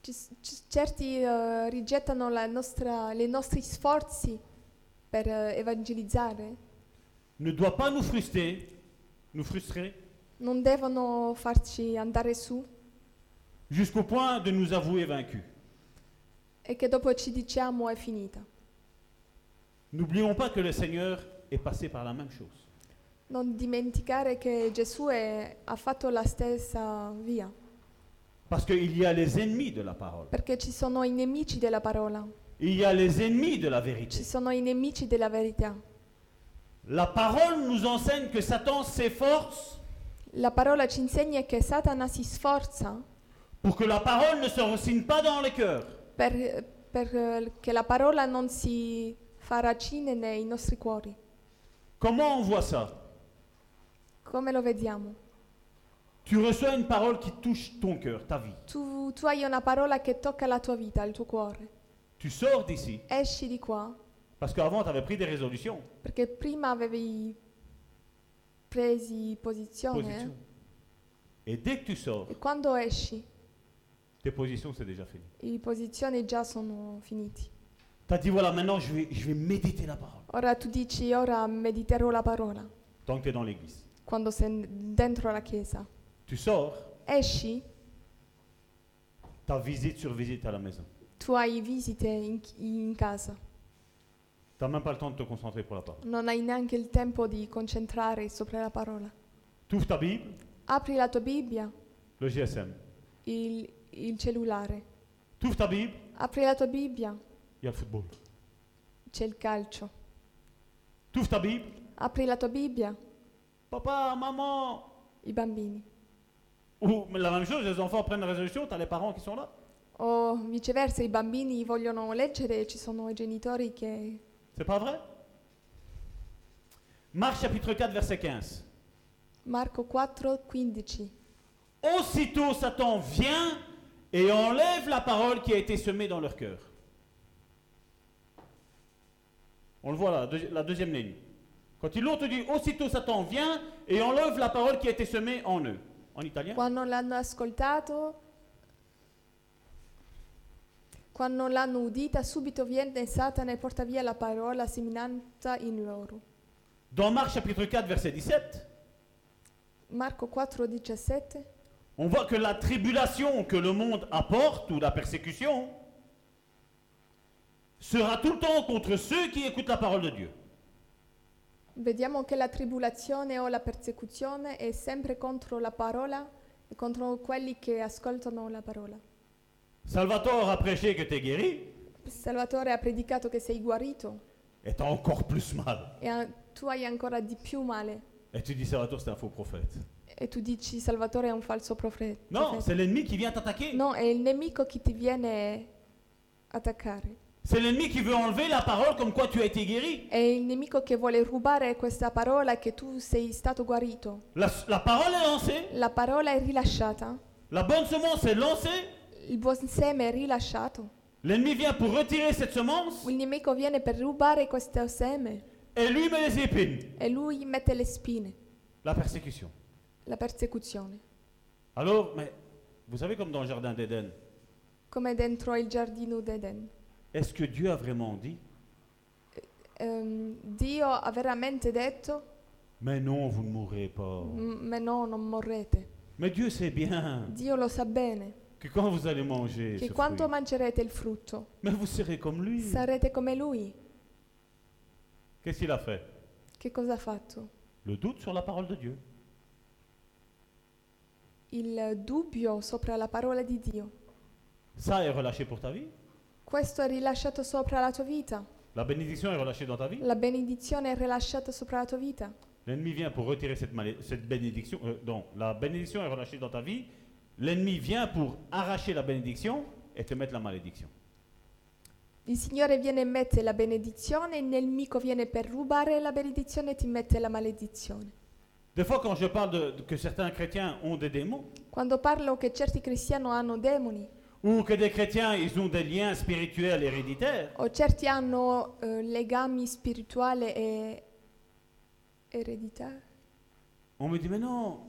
Speaker 3: Ci s- ci- certi eh, rigettano la nostra, i nostri sforzi per eh, evangelizzare,
Speaker 2: ne doit pas nous frustrer, nous frustrer
Speaker 3: non devono farci andare su
Speaker 2: jusqu'au point de nous avouer vaincus.
Speaker 3: e che dopo ci diciamo è finita.
Speaker 2: N'oublions pas que le Seigneur est passé par la même chose.
Speaker 3: Non dimenticare che Gesù è- ha fatto la stessa via,
Speaker 2: Parce qu'il y a les ennemis de la parole.
Speaker 3: perché ci sono i nemici della parola,
Speaker 2: Il y a les ennemis de la
Speaker 3: ci
Speaker 2: vérité.
Speaker 3: sono i nemici della verità.
Speaker 2: La parole nous enseigne que Satan s'efforce
Speaker 3: La parola ci insegna che Satana si sforza
Speaker 2: pour que la parole ne se racine pas dans les cœurs.
Speaker 3: per, per, eh, che la parola non si fa racine nei nostri cuori.
Speaker 2: Comment on voit ça
Speaker 3: Come lo vediamo?
Speaker 2: Tu reçois une parole qui touche ton cœur, ta vie.
Speaker 3: Tu, tu hai una parola che tocca la tua vita, il tuo cuore.
Speaker 2: Tu sors d'ici
Speaker 3: Esci di qua
Speaker 2: parce qu'avant tu avais pris des résolutions.
Speaker 3: perché prima avevi presi posizione.
Speaker 2: positions. Et dès que tu sors,
Speaker 3: E quando esci,
Speaker 2: tes positions c'est déjà fini.
Speaker 3: i posizioni già sono finiti.
Speaker 2: Tu as dit voilà, maintenant je vais, je vais méditer la parole.
Speaker 3: Ora tu dici, ora mediterò la parola,
Speaker 2: Tant que tu es dans l'église.
Speaker 3: quando sei dentro la chiesa.
Speaker 2: Tu sors,
Speaker 3: Esci,
Speaker 2: tu as visite sur visite à la maison.
Speaker 3: tu hai visite in, in casa,
Speaker 2: Tu n'as même pas le temps de te concentrer pour la parole.
Speaker 3: non hai neanche il tempo di concentrare sopra la parola.
Speaker 2: Tu ouvres ta Bible,
Speaker 3: Apri la tua Bibbia,
Speaker 2: le GSM.
Speaker 3: il, il cellulare.
Speaker 2: Tu ouvres ta Bible,
Speaker 3: Apri la tua Bibbia,
Speaker 2: il y a le football.
Speaker 3: c'è il calcio.
Speaker 2: Tu ouvres ta Bible,
Speaker 3: Apri la tua Bibbia,
Speaker 2: papa, maman.
Speaker 3: i bambini.
Speaker 2: Ou mais la même chose, les enfants prennent la résolution, tu as les parents qui sont là.
Speaker 3: O viceversa, i bambini vogliono leggere e ci sono i genitori che...
Speaker 2: C'est pas vrai Marc chapitre 4, verset 15.
Speaker 3: Marco 4, 15.
Speaker 2: Aussitôt Satan vient et enlève la parole qui a été semée dans leur cœur. On le voit là, deuxi- la deuxième ligne. Quand ils l'ont te dit, aussitôt Satan vient et enlève la parole qui a été semée en eux. En italien
Speaker 3: Quando l'hanno ascoltato, quando l'hanno udita, subito viene Satana e porta via la parola seminata in loro.
Speaker 2: Dans Marc chapitre 4, verset 17,
Speaker 3: Marco 4, 17.
Speaker 2: on voit que la tribulation que le monde apporte, ou la persécution, sera tout le temps contre ceux qui écoutent la parole de Dieu.
Speaker 3: Vediamo che la tribolazione o la persecuzione è sempre contro la parola e contro quelli che ascoltano la parola.
Speaker 2: Salvatore a prêché que t'es guéri,
Speaker 3: Salvatore ha predicato che sei guarito
Speaker 2: et t'as encore plus mal.
Speaker 3: e a- tu hai ancora di più male
Speaker 2: Et tu dis Salvatore, c'est un faux prophète.
Speaker 3: e tu dici Salvatore è un falso profeta.
Speaker 2: Non, c'est l'ennemi qui vient t'attaquer.
Speaker 3: No, è il nemico che ti viene attaccare.
Speaker 2: C'est l'ennemi qui veut enlever la parole comme quoi tu as été guéri.
Speaker 3: È il nemico che vuole rubare questa parola che tu sei stato guarito.
Speaker 2: La, la parole est lancée,
Speaker 3: La parola è rilasciata,
Speaker 2: la bonne semence est lancée.
Speaker 3: il buon seme è rilasciato.
Speaker 2: L'ennemi vient pour retirer cette semence
Speaker 3: Il nemico viene per rubare questo seme
Speaker 2: Et lui met les épines,
Speaker 3: e lui mette le spine,
Speaker 2: la persécution.
Speaker 3: la persecuzione,
Speaker 2: Alors, mais vous savez comme dans le jardin d'Éden,
Speaker 3: come dentro il giardino d'Eden.
Speaker 2: est-ce que Dieu a vraiment dit
Speaker 3: Ehm, Dio ha veramente detto,
Speaker 2: Mais non, vous ne mourrez pas.
Speaker 3: "M- ma no, non morrete.
Speaker 2: Mais Dieu sait bien
Speaker 3: Dio lo sa bene,
Speaker 2: que quand vous allez manger, ce
Speaker 3: che quanto
Speaker 2: fruit,
Speaker 3: mangerete il frutto,
Speaker 2: mais vous serez comme lui.
Speaker 3: sarete come lui.
Speaker 2: Qu'est-ce qu'il a fait
Speaker 3: Che cosa ha fatto?
Speaker 2: Le doute sur la parole de Dieu.
Speaker 3: Il dubbio sopra la parola di Dio.
Speaker 2: Ça est relâché pour ta vie.
Speaker 3: Questo è rilasciato sopra la tua vita.
Speaker 2: La bénédiction est relâchée dans ta vie.
Speaker 3: La benedizione è rilasciata sopra la tua vita.
Speaker 2: L'ennemi vient pour retirer cette, malé- cette bénédiction. euh, non, la bénédiction est relâchée dans ta vie. L'ennemi vient pour arracher la bénédiction et te mettre la malédiction.
Speaker 3: Il Signore viene e mette la benedizione, il nemico viene per rubare la benedizione e ti mette la maledizione.
Speaker 2: Des fois, quand je parle de, de- que certains chrétiens ont des démons,
Speaker 3: Quando parlo che certi cristiani hanno demoni
Speaker 2: ou que des chrétiens, ils ont des liens spirituels héréditaires,
Speaker 3: o certi hanno eh, legami spirituali e eredità,
Speaker 2: on me dit, mais non,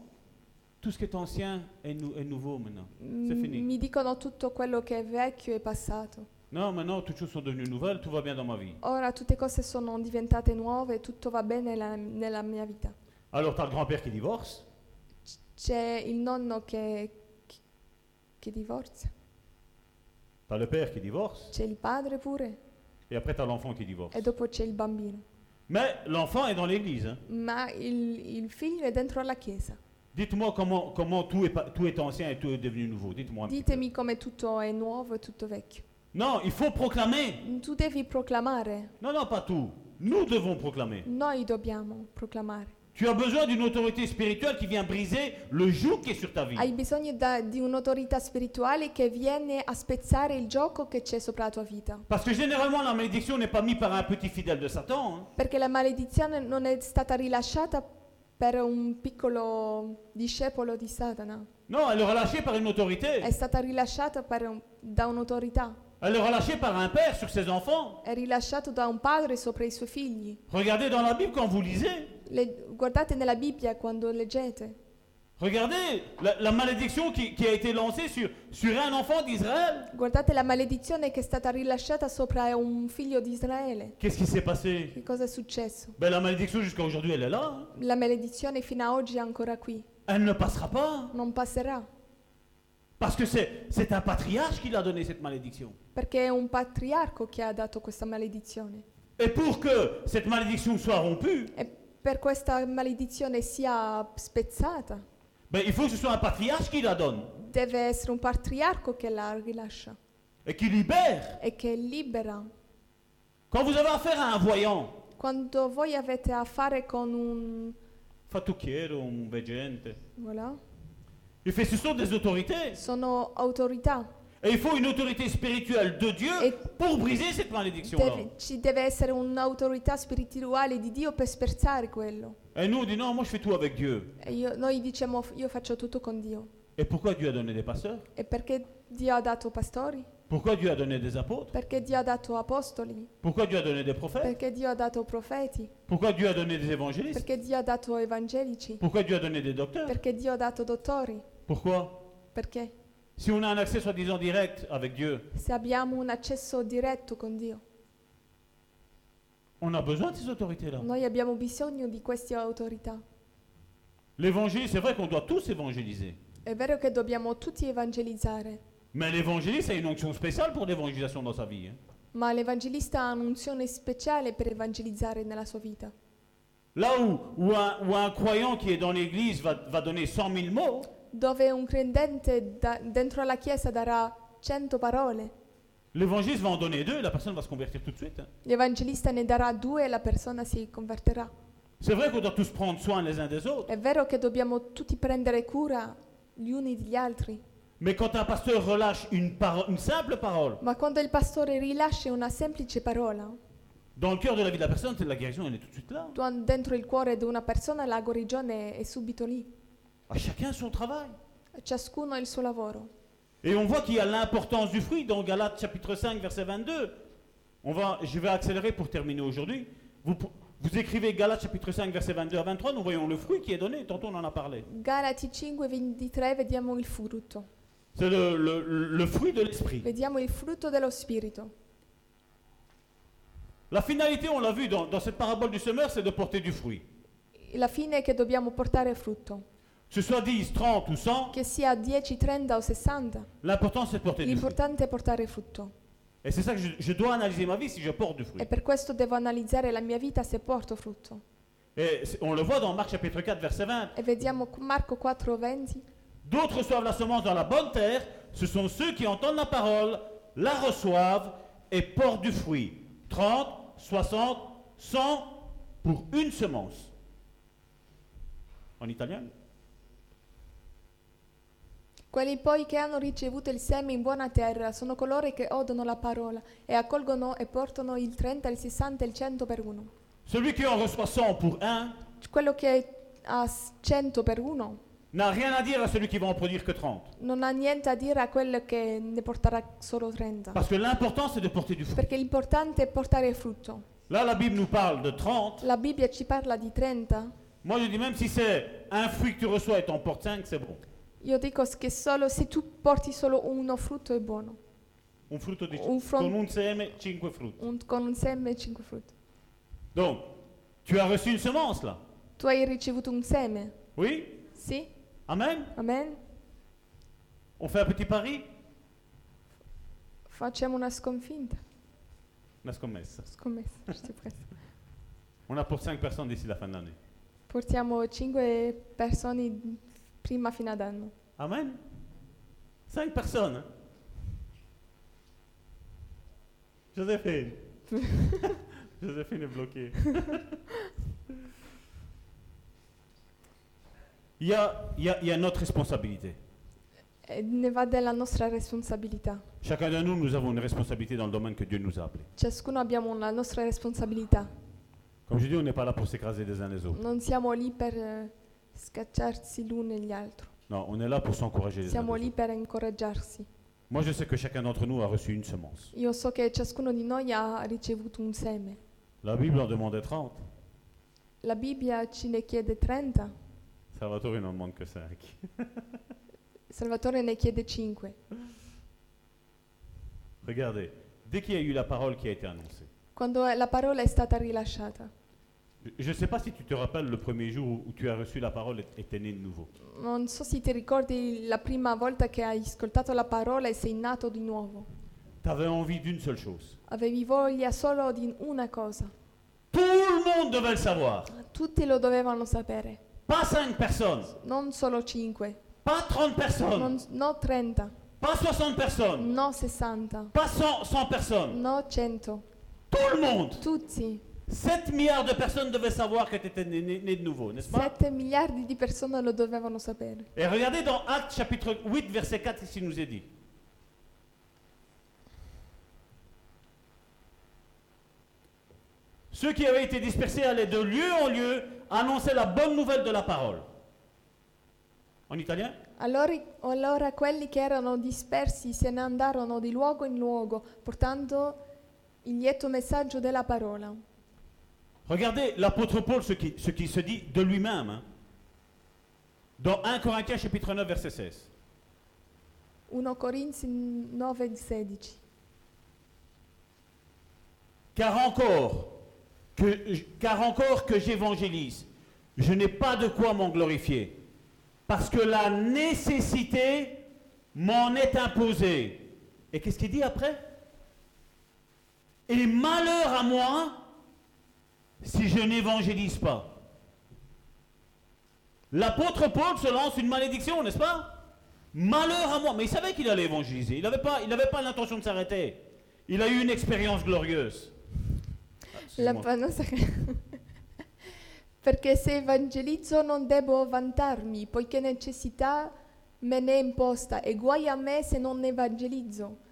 Speaker 2: tout ce qui est ancien est, nou- est nouveau maintenant. C'est
Speaker 3: m-
Speaker 2: fini.
Speaker 3: mi dicono tutto quello che è vecchio e passato.
Speaker 2: Non, maintenant, toutes choses sont devenues nouvelles, tout va bien dans ma vie.
Speaker 3: Ora tutte cose sono diventate nuove, tutto va bene la- nella mia vita.
Speaker 2: Alors, tu as le grand-père qui divorce,
Speaker 3: C'è il nonno che, che- che divorzia,
Speaker 2: tu as le père qui divorce,
Speaker 3: c'è il padre pure
Speaker 2: et après, tu as l'enfant qui divorce.
Speaker 3: e dopo c'è il bambino.
Speaker 2: Mais l'enfant est dans l'église. hein.
Speaker 3: ma il, il figlio è dentro la chiesa.
Speaker 2: Dites-moi comment, comment tout, est, pas- tout est ancien et tout est devenu nouveau. Dites-moi. un petit peu.
Speaker 3: Ditemi come tutto è nuovo e tutto vecchio.
Speaker 2: Non, il faut proclamer.
Speaker 3: Tu devi proclamare,
Speaker 2: Non, non, pas tout. Nous devons proclamer.
Speaker 3: noi dobbiamo proclamare.
Speaker 2: Tu as besoin d'une autorité spirituelle qui vient briser le joug qui est sur ta vie.
Speaker 3: Hai bisogno da- di un'autorità spirituale che viene a spezzare il gioco che c'è sopra la tua vita.
Speaker 2: Parce que généralement, la malédiction n'est pas mise par un petit fidèle de Satan. hein.
Speaker 3: Perché la maledizione non è stata rilasciata per un piccolo discepolo di Satana,
Speaker 2: Non, elle est relâchée par une autorité.
Speaker 3: è stata rilasciata per un- da un'autorità,
Speaker 2: Elle est relâchée par un père sur ses enfants.
Speaker 3: è rilasciata da un padre sopra i suoi figli.
Speaker 2: Regardez dans la Bible quand vous lisez.
Speaker 3: Le- guardate nella Bibbia quando leggete.
Speaker 2: Regardez la, la malédiction qui, qui a été lancée sur, sur un enfant d'Israël.
Speaker 3: Guardate la maledizione che è stata rilasciata sopra un figlio di Israele.
Speaker 2: Qu'est-ce qui s'est passé
Speaker 3: Che cosa è successo?
Speaker 2: ben, La malédiction jusqu'à aujourd'hui, elle est là. hein.
Speaker 3: La maledizione fino ad oggi è ancora qui.
Speaker 2: Elle ne passera pas. hein.
Speaker 3: Non passerà,
Speaker 2: Parce que c'est c'est un patriarche qui l'a donné cette malédiction.
Speaker 3: perché è un patriarco che ha dato questa maledizione.
Speaker 2: Et pour que cette malédiction soit rompue,
Speaker 3: E per questa maledizione sia spezzata,
Speaker 2: ben, il faut que ce soit un patriarche qui la donne.
Speaker 3: deve essere un patriarco che la rilascia
Speaker 2: Et qui libère.
Speaker 3: e che libera.
Speaker 2: Quand vous avez affaire à un voyant,
Speaker 3: Quando voi avete a fare con un...
Speaker 2: fatouquiero, un veggente,
Speaker 3: voilà,
Speaker 2: il fait ce sont des autorités.
Speaker 3: sono autorità.
Speaker 2: Et il faut une autorité spirituelle de Dieu
Speaker 3: Et-
Speaker 2: pour briser cette malédiction.
Speaker 3: Deve- ci deve essere un'autorità spirituale di Dio per spezzare quello.
Speaker 2: Et nous, on dit non, moi je fais tout avec Dieu.
Speaker 3: E io- noi diciamo "F- io faccio tutto con Dio.
Speaker 2: Et pourquoi Dieu a donné des pasteurs
Speaker 3: E perché Dio ha dato pastori?
Speaker 2: Pourquoi Dieu a donné des apôtres
Speaker 3: Perché Dio ha dato apostoli?
Speaker 2: Pourquoi Dieu a donné des prophètes
Speaker 3: Perché Dio ha dato profeti?
Speaker 2: Pourquoi Dieu a donné des évangélistes
Speaker 3: Perché Dio ha dato evangelici?
Speaker 2: Pourquoi Dieu a donné des docteurs
Speaker 3: Perché Dio ha dato dottori?
Speaker 2: Pourquoi
Speaker 3: Perché
Speaker 2: Si on a un accès soi-disant direct avec Dieu,
Speaker 3: se abbiamo un accesso diretto con Dio,
Speaker 2: on a besoin de ces autorités-là.
Speaker 3: noi abbiamo bisogno di queste autorità.
Speaker 2: L'évangile, c'est vrai qu'on doit tous évangéliser.
Speaker 3: È vero che dobbiamo tutti evangelizzare,
Speaker 2: Mais l'évangéliste a une onction spéciale pour l'évangélisation dans sa vie. hein.
Speaker 3: ma l'evangelista ha un'unzione speciale per evangelizzare nella sua vita.
Speaker 2: Là où, où, un, où un croyant qui est dans l'église va, va donner 100 000 mots,
Speaker 3: Dove un credente da- dentro la chiesa darà cento parole,
Speaker 2: l'évangéliste va en donner deux et la personne va se convertir tout de suite. hein.
Speaker 3: L'evangelista ne darà due e la persona si converterà.
Speaker 2: C'est vrai qu'on doit tous prendre soin les uns des autres.
Speaker 3: È vero che dobbiamo tutti prendere cura gli uni degli altri,
Speaker 2: Mais quand un pasteur relâche une, paro- une simple parole
Speaker 3: ma quando il pastore rilascia una semplice parola
Speaker 2: dans le cœur de la vie de la personne, c'est de la guérison, elle est tout de suite là.
Speaker 3: tu- dentro il cuore di una persona, la guarigione è subito lì.
Speaker 2: À chacun son travail.
Speaker 3: Ciascuno ha il suo lavoro.
Speaker 2: Et on voit qu'il y a l'importance du fruit dans Galates chapitre 5 verset 22. On va, je vais accélérer pour terminer aujourd'hui. Vous, pou- Vous écrivez Galates chapitre 5 verset 22 à 23, nous voyons le fruit qui est donné, tantôt on en a parlé.
Speaker 3: Galati 5, 23 vediamo il frutto.
Speaker 2: C'est le, le- le fruit de l'esprit.
Speaker 3: Vediamo il frutto dello spirito.
Speaker 2: La finalité, on l'a vu dans, dans cette parabole du semeur, c'est de porter du fruit.
Speaker 3: La fine è che dobbiamo portare frutto.
Speaker 2: Que ce soit 10, 30 ou 100,
Speaker 3: Che sia 10, 30 o 60,
Speaker 2: l'important c'est de porter du fruit.
Speaker 3: l'importante è portare frutto.
Speaker 2: Et c'est ça que je, je dois analyser ma vie si je porte du
Speaker 3: E
Speaker 2: fruit.
Speaker 3: per questo devo analizzare la mia vita se porto frutto.
Speaker 2: Et c'est- on le voit dans Marc chapitre 4 verset 20.
Speaker 3: E vediamo cu- Marco 4, 20.
Speaker 2: D'autres reçoivent la semence dans la bonne terre, ce sont ceux qui entendent la parole, la reçoivent et portent du fruit. 30, 60, 100 pour une semence. En italien
Speaker 3: Quelli poi che hanno ricevuto il seme in buona terra sono coloro che odono la parola e accolgono e portano il 30, il 60 e il 100 per uno.
Speaker 2: Celui qui en reçoit 100 pour un
Speaker 3: Quello che ha s- 100 per uno
Speaker 2: n'a rien à dire à celui qui va en produire que 30.
Speaker 3: non ha niente a dire a quello che ne porterà solo 30.
Speaker 2: Parce que l'important, c'est de porter du fruit.
Speaker 3: Perché l'importante è portare frutto.
Speaker 2: Là, la Bible nous parle de 30.
Speaker 3: La Bibbia ci parla di 30.
Speaker 2: Moi, je dis même si c'est un fruit que tu reçois et t'en portes 5, c'est bon.
Speaker 3: Io dico s- che solo se tu porti solo uno frutto è buono.
Speaker 2: Un frutto di
Speaker 3: Un front-
Speaker 2: con un seme, 5 frutti.
Speaker 3: Un- con un seme e 5 frutti.
Speaker 2: Donc, tu as reçu une semence, là.
Speaker 3: Tu hai ricevuto un seme?
Speaker 2: Oui
Speaker 3: Sì?
Speaker 2: Amen
Speaker 3: Amen?
Speaker 2: On fait un petit pari
Speaker 3: Facciamo una sconfinta.
Speaker 2: Nascommessa.
Speaker 3: Scommessa, ci presto.
Speaker 2: On apporte 5 personnes d'ici la fin de l'année.
Speaker 3: Portiamo 5 persone prima fino ad anno.
Speaker 2: Amen 5 personnes. hein. Joséphine. Joséphine est bloquée. il, y a, il, y a, il y a notre responsabilité.
Speaker 3: E ne va della nostra responsabilità.
Speaker 2: Chacun de nous, nous avons une responsabilité dans le domaine que Dieu nous a appelé.
Speaker 3: Ciascuno abbiamo la nostra responsabilità.
Speaker 2: Comme je dis, on n'est pas là pour s'écraser les uns les autres.
Speaker 3: Non siamo lì per eh, scacciarsi l'uno e gli altri.
Speaker 2: Non, on est là pour s'encourager les uns
Speaker 3: Siamo
Speaker 2: les
Speaker 3: lì
Speaker 2: autres.
Speaker 3: per incoraggiarsi.
Speaker 2: Moi, je sais que chacun d'entre nous a reçu une semence.
Speaker 3: Io so che ciascuno di noi ha ricevuto un seme.
Speaker 2: La Bible en demandait 30.
Speaker 3: La Bibbia ce ne chiede 30,
Speaker 2: Salvatore il n'en demande que 5.
Speaker 3: Salvatore ne chiede 5.
Speaker 2: Regardez, dès qu'il y a eu la parole qui a été annoncée,
Speaker 3: Quando la parola è stata rilasciata,
Speaker 2: je- je ne sais pas si tu te rappelles le premier jour où- où tu as reçu la parole et tu es né de nouveau.
Speaker 3: non so se ti ricordi la prima volta che hai ascoltato la parola e sei nato di nuovo.
Speaker 2: Tu avais envie d'une seule chose.
Speaker 3: Avevi voglia solo di una cosa.
Speaker 2: Tout le monde devait le savoir.
Speaker 3: Tutti lo dovevano sapere,
Speaker 2: Pas 5 personnes,
Speaker 3: non solo 5,
Speaker 2: pas 30
Speaker 3: non,
Speaker 2: personnes,
Speaker 3: no 30,
Speaker 2: pas 60 personnes,
Speaker 3: no 60,
Speaker 2: pas 100, 100 personnes.
Speaker 3: no 100.
Speaker 2: Tout le monde.
Speaker 3: Tutti,
Speaker 2: 7 milliards de personnes devaient savoir que tu étais né, né- né de nouveau, n'est-ce pas
Speaker 3: 7 miliardi di persone lo dovevano sapere.
Speaker 2: Et regardez dans Actes chapitre 8, verset 4, ici nous est dit. Ceux qui avaient été dispersés allaient de lieu en lieu, annonçaient la bonne nouvelle de la parole. En italien
Speaker 3: Allora, allora quelli che erano dispersi se ne andarono di luogo in luogo, portando il lieto messaggio della parola.
Speaker 2: Regardez l'apôtre Paul, ce qui, ce qui se dit de lui-même. hein. Dans 1 Corinthiens chapitre 9, verset 16.
Speaker 3: 1 Corinzi 9, 16.
Speaker 2: Car encore que, car encore que j'évangélise, je n'ai pas de quoi m'en glorifier, parce que la nécessité m'en est imposée. Et qu'est-ce qu'il dit après Et malheur à moi si je n'évangélise pas. L'apôtre Paul se lance une malédiction, n'est-ce pas Malheur à moi. Mais il savait qu'il allait évangéliser. Il n'avait pas, il n'avait pas l'intention de s'arrêter. Il a eu une expérience glorieuse. Ah,
Speaker 3: La
Speaker 2: excuse-moi.
Speaker 3: panna- Perché se evangelizzo non devo vantarmi, poiché necessità me ne è imposta e guai a me se non evangelizzo.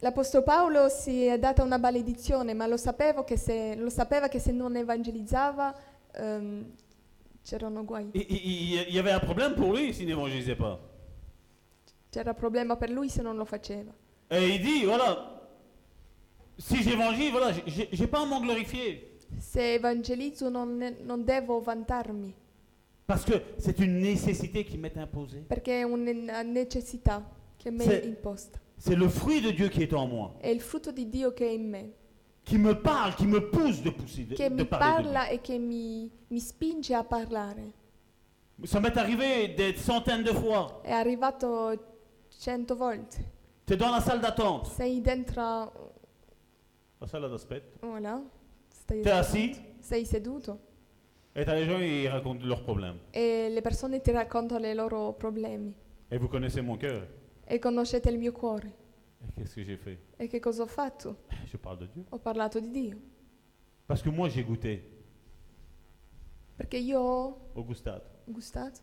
Speaker 3: L'Apostolo Paolo si è data una maledizione, ma lo, sapevo che se, lo sapeva che se non evangelizzava ehm, c'erano guai.
Speaker 2: Il- il il- il y avait un problème pour lui s'il n'évangélisait pas.
Speaker 3: C'era problema per lui se non lo faceva.
Speaker 2: Et il dit, voilà, si j'évangélise, voilà, j'ai- j'ai j'ai pas à m'en glorifier.
Speaker 3: Se evangelizzo non, ne- non devo vantarmi,
Speaker 5: Parce que c'est une nécessité qui m'est imposée.
Speaker 3: perché è una necessità che mi
Speaker 5: Se-
Speaker 3: è imposta.
Speaker 5: C'est le fruit de Dieu qui est en moi,
Speaker 3: È il frutto di Dio che è in me,
Speaker 5: qui me parle, qui me pousse de pousser, de,
Speaker 3: che
Speaker 5: de
Speaker 3: mi
Speaker 5: parler de lui.
Speaker 3: parla e che mi, mi spinge a parlare.
Speaker 5: Ça m'est arrivé des centaines de fois.
Speaker 3: È arrivato cento volte.
Speaker 5: Tu es dans la salle d'attente.
Speaker 3: Sei dentro...
Speaker 2: La salle d'aspect.
Speaker 3: Voilà. Stai,
Speaker 5: Tu es assis
Speaker 3: sei seduto
Speaker 2: Et t'as les gens, ils racontent leurs problèmes.
Speaker 3: e le persone ti raccontano i loro problemi.
Speaker 2: Et vous connaissez mon cœur.
Speaker 3: E conoscete il mio cuore.
Speaker 2: Et Qu'est-ce que j'ai fait
Speaker 3: E che cosa ho fatto?
Speaker 2: Je parle de Dieu.
Speaker 3: Ho parlato di Dio.
Speaker 2: Parce que moi, j'ai goûté
Speaker 3: Perché io ho
Speaker 2: au gustade.
Speaker 3: gustato.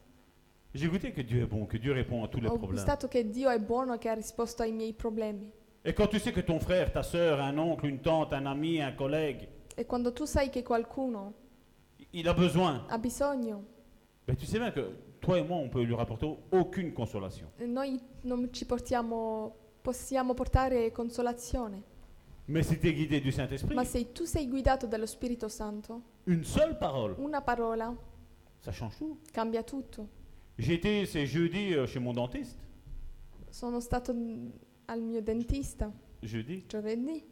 Speaker 2: J'ai goûté que Dieu est bon, que Dieu répond à tous les
Speaker 3: Ho
Speaker 2: problèmes.
Speaker 3: gustato che Dio è buono e che ha risposto ai miei problemi.
Speaker 2: Et quand tu sais que ton frère, ta soeur, un oncle, une tante, un ami, un collègue,
Speaker 3: E quando tu sai che qualcuno
Speaker 2: il a besoin,
Speaker 3: ha bisogno,
Speaker 2: ben tu sais bien que toi et moi, on peut lui rapporter aucune consolation.
Speaker 3: noi non ci portiamo, possiamo portare consolazione.
Speaker 2: Mais si tu es guidé du Saint-Esprit,
Speaker 3: Ma se tu sei guidato dallo Spirito Santo,
Speaker 2: une seule parole,
Speaker 3: una parola
Speaker 2: ça change tout.
Speaker 3: cambia tutto.
Speaker 2: J'étais, c'est jeudi, euh, chez mon dentiste.
Speaker 3: Sono stato mm, al mio dentista
Speaker 2: Jeudi,
Speaker 3: giovedì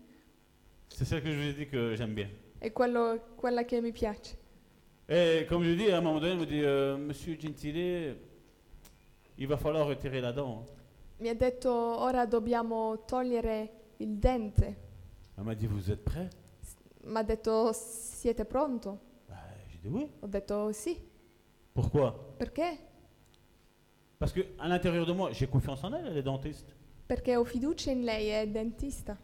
Speaker 2: c'est celle que je vous ai dit que j'aime bien.
Speaker 3: e quello, quella che mi piace.
Speaker 2: Et comme je dis, à un moment donné, il me dit, euh, Monsieur Gentile, il va falloir retirer la dent. hein.
Speaker 3: Mi ha detto ora dobbiamo togliere il dente.
Speaker 2: Elle m'a dit, vous êtes prêt
Speaker 3: Mi ha detto siete pronto?
Speaker 2: Ben, J'ai dit oui.
Speaker 3: Ho detto sì.
Speaker 2: Pourquoi
Speaker 3: Perché?
Speaker 2: Parce que à l'intérieur de moi, j'ai confiance en elle, elle est dentiste.
Speaker 3: Perché ho fiducia in lei, è dentista.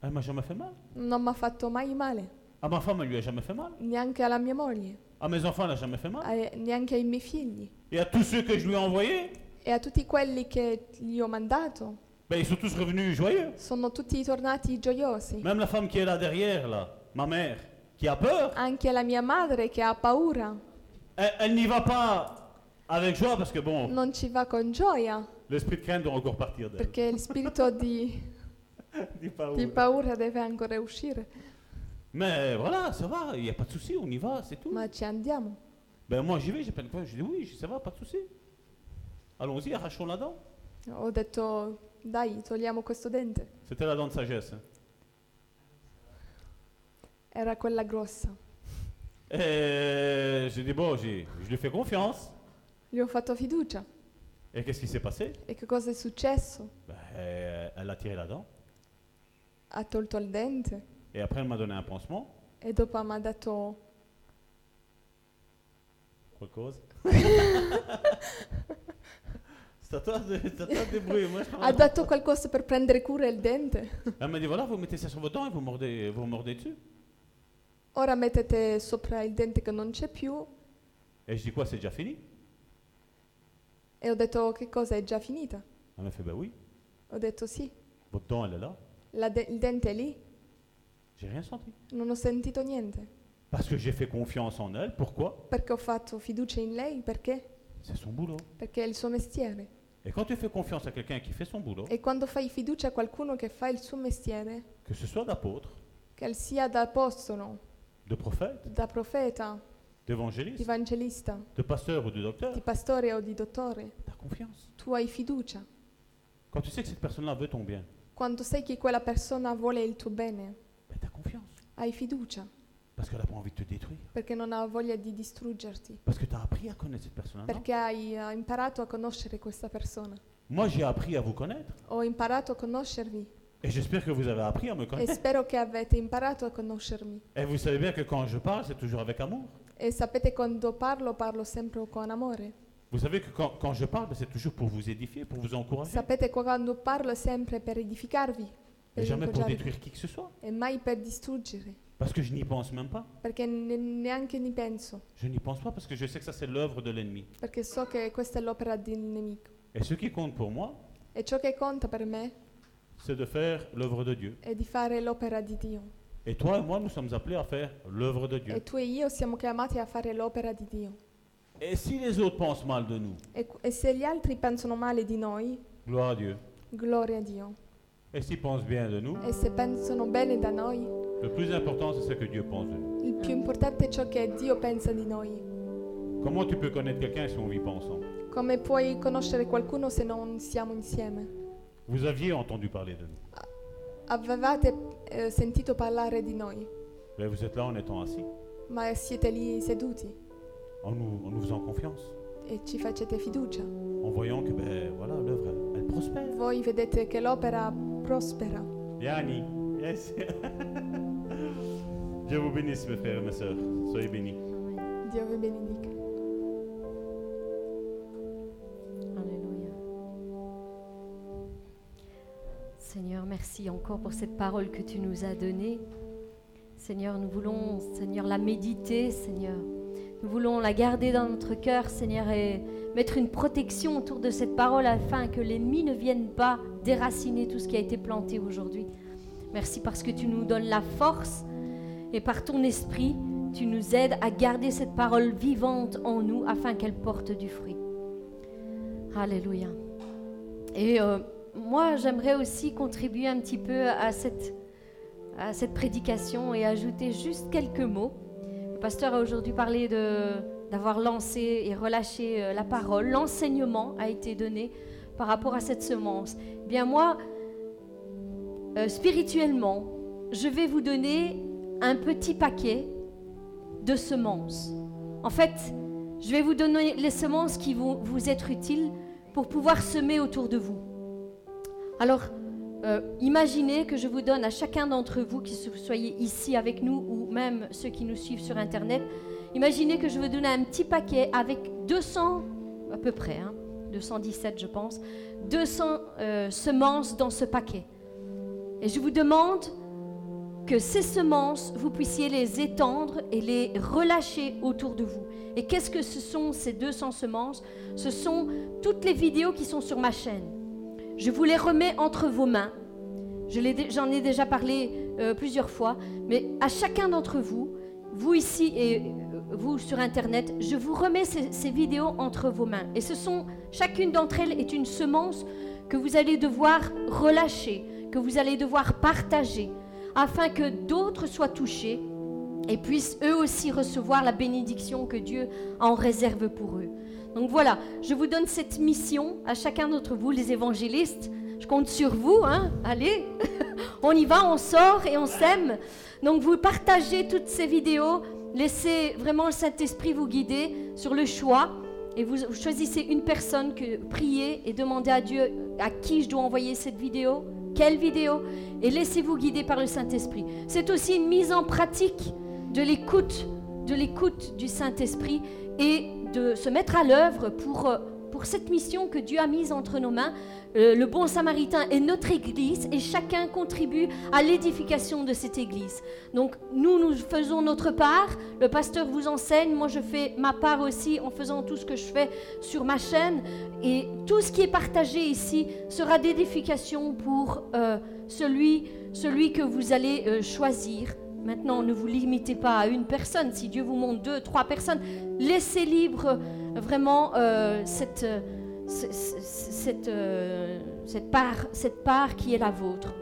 Speaker 2: Elle m'a jamais fait mal.
Speaker 3: Non mi ha fatto mai male,
Speaker 2: À Ah, ma femme, elle lui a jamais fait mal.
Speaker 3: neanche alla mia moglie,
Speaker 2: À mes enfants, elle n'a jamais fait mal.
Speaker 3: ai- neanche ai miei figli.
Speaker 2: Et à tous ceux que je lui ai envoyés,
Speaker 3: E a tutti quelli che gli ho mandato,
Speaker 2: ben, ils sont tous revenus joyeux.
Speaker 3: sono tutti tornati gioiosi.
Speaker 2: Même la femme qui est là derrière, là, ma mère, qui a peur,
Speaker 3: Anche la mia madre che ha paura
Speaker 2: elle, elle n'y va pas avec joie parce que bon,
Speaker 3: non ci va con gioia,
Speaker 2: l'esprit de crainte doit encore partir d'elle.
Speaker 3: perché il spirito di,
Speaker 2: Dis pas où.
Speaker 3: di paura deve ancora uscire.
Speaker 2: Mais voilà, ça va, il n'y a pas de souci, on y va, c'est tout.
Speaker 3: Ma ci andiamo.
Speaker 2: Ben moi j'y vais, j'ai plein de fois, je dis oui, ça va, pas de souci. Allons-y, arrachons la dent.
Speaker 3: Ho detto, dai, togliamo questo dente.
Speaker 2: C'était la dent de sagesse. hein.
Speaker 3: Era quella grossa.
Speaker 2: Et j'ai dit bon, j'ai- je lui fais confiance.
Speaker 3: Gli ho fatto fiducia.
Speaker 2: Et qu'est-ce qui s'est passé
Speaker 3: E che cosa è successo?
Speaker 2: Ben, euh, Elle a tiré la dent.
Speaker 3: Ha tolto il dente.
Speaker 2: Et après elle m'a donné un pansement.
Speaker 3: E dopo mi ha dato
Speaker 2: Quoi cause C'est à toi de c'est à toi de débrouiller, moi je prends la
Speaker 3: ha
Speaker 2: dent.
Speaker 3: dato qualcosa per prendere cura del dente.
Speaker 2: Elle m'a dit voilà, vous mettez ça sur vos dents et vous mordez, vous mordez dessus.
Speaker 3: Ora mettete sopra il dente che non c'è più
Speaker 2: Et je dis quoi, c'est déjà fini
Speaker 3: e ho detto che cosa è già finita.
Speaker 2: Elle m'a fait ben oui,
Speaker 3: Ho detto sì,
Speaker 2: votre dent elle est là.
Speaker 3: la de- il dente è lì,
Speaker 2: J'ai rien senti.
Speaker 3: non ho sentito niente.
Speaker 2: Parce que j'ai fait confiance en elle. Pourquoi
Speaker 3: Perché ho fatto fiducia in lei? Perché?
Speaker 2: C'est son boulot.
Speaker 3: Perché è il suo mestiere.
Speaker 2: Et quand tu fais confiance à quelqu'un qui fait son boulot,
Speaker 3: E quando fai fiducia a qualcuno che fa il suo mestiere,
Speaker 2: que ce soit d'apôtre,
Speaker 3: che sia da apostolo,
Speaker 2: de prophète,
Speaker 3: da profeta, di
Speaker 2: d'évangéliste,
Speaker 3: evangelista,
Speaker 2: de pasteur ou de docteur,
Speaker 3: di pastore o di dottore,
Speaker 2: t'as confiance.
Speaker 3: tu hai fiducia.
Speaker 2: Quand tu sais que cette personne-là veut ton bien,
Speaker 3: Quando sai che quella persona vuole il tuo bene,
Speaker 2: ben t'as confiance.
Speaker 3: hai fiducia,
Speaker 2: Parce qu'elle n'a pas envie de te détruire.
Speaker 3: perché non ha voglia di distruggerti.
Speaker 2: Parce que tu as appris à connaître cette personne-là. non
Speaker 3: Perché hai eh, imparato a conoscere questa persona.
Speaker 2: Moi, j'ai appris à vous connaître.
Speaker 3: Ho imparato a conoscervi
Speaker 2: Et j'espère que vous avez appris à me
Speaker 3: e
Speaker 2: connaître.
Speaker 3: spero che avete imparato a conoscermi.
Speaker 2: Et vous savez bien que quand je parle, c'est toujours avec amour.
Speaker 3: E sapete quando parlo, parlo sempre con amore.
Speaker 2: Vous savez que quand, quand je parle, c'est toujours pour vous édifier, pour vous encourager.
Speaker 3: Sapete quando parlo è sempre per edificarvi,
Speaker 2: Et
Speaker 3: per
Speaker 2: jamais pour
Speaker 3: incoraggiarvi
Speaker 2: détruire qui que ce soit.
Speaker 3: e mai per distruggere,
Speaker 2: Parce que je n'y pense même pas.
Speaker 3: perché ne- neanche ne penso,
Speaker 2: Je n'y pense pas parce que je sais que ça, c'est l'œuvre de l'ennemi.
Speaker 3: perché so che questa è l'opera del nemico.
Speaker 2: Et ce qui compte pour moi,
Speaker 3: E ciò che conta per me
Speaker 2: c'est de faire l'œuvre de Dieu.
Speaker 3: è di fare l'opera di Dio.
Speaker 2: Et toi et moi, nous sommes appelés à faire l'œuvre de Dieu.
Speaker 3: E tu e io siamo chiamati a fare l'opera di Dio.
Speaker 2: Et si les autres pensent mal de nous,
Speaker 3: E, qu- e se gli altri pensano male di noi,
Speaker 2: gloire à Dieu.
Speaker 3: gloria a Dio.
Speaker 2: Et s'ils pensent bien de nous,
Speaker 3: E se pensano bene da noi,
Speaker 2: le plus important, c'est ce que Dieu pense de nous.
Speaker 3: il Più importante è ciò che Dio pensa di noi.
Speaker 2: Comment tu peux connaître quelqu'un si on vit pas ensemble
Speaker 3: Come puoi conoscere qualcuno se non siamo insieme?
Speaker 2: Vous aviez entendu parler de nous.
Speaker 3: Avevate eh, sentito parlare di noi,
Speaker 2: Ben, vous êtes là en étant assis,
Speaker 3: ma siete lì seduti
Speaker 2: en nous, en nous faisant confiance,
Speaker 3: e ci facete fiducia.
Speaker 2: en voyant que ben voilà l'œuvre elle, elle prospère.
Speaker 3: Voi vedete che l'opera prospera.
Speaker 2: Yanni, yes. Dieu vous bénisse mes frères et mes sœurs. Soyez bénis.
Speaker 3: Dio vi benedica.
Speaker 1: Alléluia. Seigneur, merci encore pour cette parole que tu nous as donnée. Seigneur, nous voulons, Seigneur, la méditer, Seigneur. Nous voulons la garder dans notre cœur, Seigneur, et mettre une protection autour de cette parole afin que l'ennemi ne vienne pas déraciner tout ce qui a été planté aujourd'hui. Merci parce que tu nous donnes la force et par ton esprit, tu nous aides à garder cette parole vivante en nous afin qu'elle porte du fruit. Alléluia. Et euh, moi, j'aimerais aussi contribuer un petit peu à cette, à cette prédication et ajouter juste quelques mots. Le pasteur a aujourd'hui parlé de- d'avoir lancé et relâché euh, la parole. L'enseignement a été donné par rapport à cette semence. Eh bien moi, euh, spirituellement, je vais vous donner un petit paquet de semences. En fait, je vais vous donner les semences qui vont vous être utiles pour pouvoir semer autour de vous. Alors, euh, imaginez que je vous donne à chacun d'entre vous, que vous soyez ici avec nous ou même ceux qui nous suivent sur Internet, imaginez que je vous donne un petit paquet avec 200, à peu près, hein, 217 je pense, 200 euh, semences dans ce paquet. Et je vous demande que ces semences, vous puissiez les étendre et les relâcher autour de vous. Et qu'est-ce que ce sont ces 200 semences Ce sont toutes les vidéos qui sont sur ma chaîne. Je vous les remets entre vos mains. Je l'ai dé- J'en ai déjà parlé euh, plusieurs fois, mais à chacun d'entre vous, vous ici et euh, vous sur Internet, je vous remets ces, ces vidéos entre vos mains. Et ce sont, chacune d'entre elles est une semence que vous allez devoir relâcher, que vous allez devoir partager, afin que d'autres soient touchés et puissent eux aussi recevoir la bénédiction que Dieu en réserve pour eux. Donc voilà, je vous donne cette mission à chacun d'entre vous, les évangélistes. Je compte sur vous, hein. Allez, on y va, on sort et on s'aime. Donc vous partagez toutes ces vidéos, laissez vraiment le Saint-Esprit vous guider sur le choix et vous vous choisissez une personne que priez et demandez à Dieu à qui je dois envoyer cette vidéo, quelle vidéo et laissez-vous guider par le Saint-Esprit. C'est aussi une mise en pratique de l'écoute, de l'écoute du Saint-Esprit et de se mettre à l'œuvre pour, euh, pour cette mission que Dieu a mise entre nos mains. Euh, le bon samaritain est notre Église et chacun contribue à l'édification de cette Église. Donc nous, nous faisons notre part, le pasteur vous enseigne, moi je fais ma part aussi en faisant tout ce que je fais sur ma chaîne et tout ce qui est partagé ici sera d'édification pour euh, celui, celui que vous allez euh, choisir. Maintenant, ne vous limitez pas à une personne. Si Dieu vous montre deux, trois personnes, laissez libre euh, vraiment euh, cette, euh, ce- ce- cette, euh, cette part, cette part qui est la vôtre.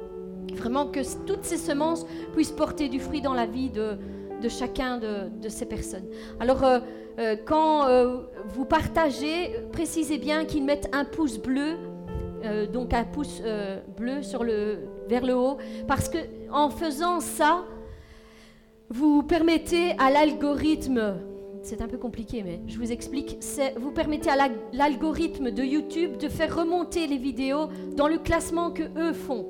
Speaker 1: Vraiment que c- toutes ces semences puissent porter du fruit dans la vie de, de chacun de, de ces personnes. Alors, euh, euh, quand euh, vous partagez, précisez bien qu'ils mettent un pouce bleu, euh, donc un pouce euh, bleu sur le, vers le haut, parce que en faisant ça, vous permettez à l'algorithme, c'est un peu compliqué, mais je vous explique, c'est- vous permettez à la- l'algorithme de YouTube de faire remonter les vidéos dans le classement que eux font.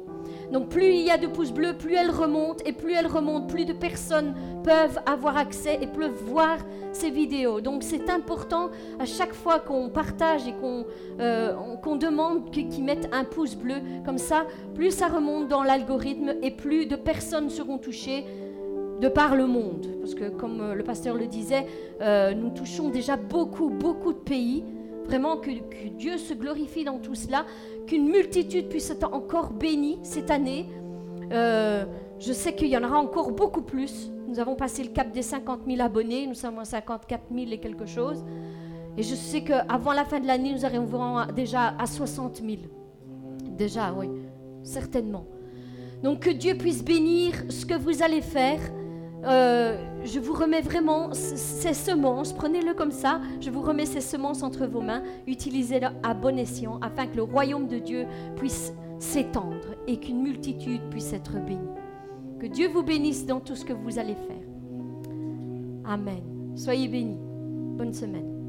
Speaker 1: Donc plus il y a de pouces bleus, plus elles remontent, et plus elles remontent, plus de personnes peuvent avoir accès et peuvent voir ces vidéos. Donc c'est important à chaque fois qu'on partage et qu'on euh, on- qu'on demande que- qu'ils mettent un pouce bleu, comme ça, plus ça remonte dans l'algorithme et plus de personnes seront touchées de par le monde. Parce que comme euh, le pasteur le disait, euh, nous touchons déjà beaucoup, beaucoup de pays. Vraiment que, que Dieu se glorifie dans tout cela, qu'une multitude puisse être encore bénie cette année. Euh, je sais qu'il y en aura encore beaucoup plus. Nous avons passé le cap des 50 000 abonnés. Nous sommes à 54 000 et quelque chose. Et je sais qu'avant la fin de l'année, nous arriverons à- déjà à 60 000. Déjà, oui, certainement. Donc que Dieu puisse bénir ce que vous allez faire. euh, je vous remets vraiment c- ces semences, prenez-le comme ça, je vous remets ces semences entre vos mains, utilisez-les à bon escient afin que le royaume de Dieu puisse s'étendre et qu'une multitude puisse être bénie. Que Dieu vous bénisse dans tout ce que vous allez faire. Amen. Soyez bénis. Bonne semaine.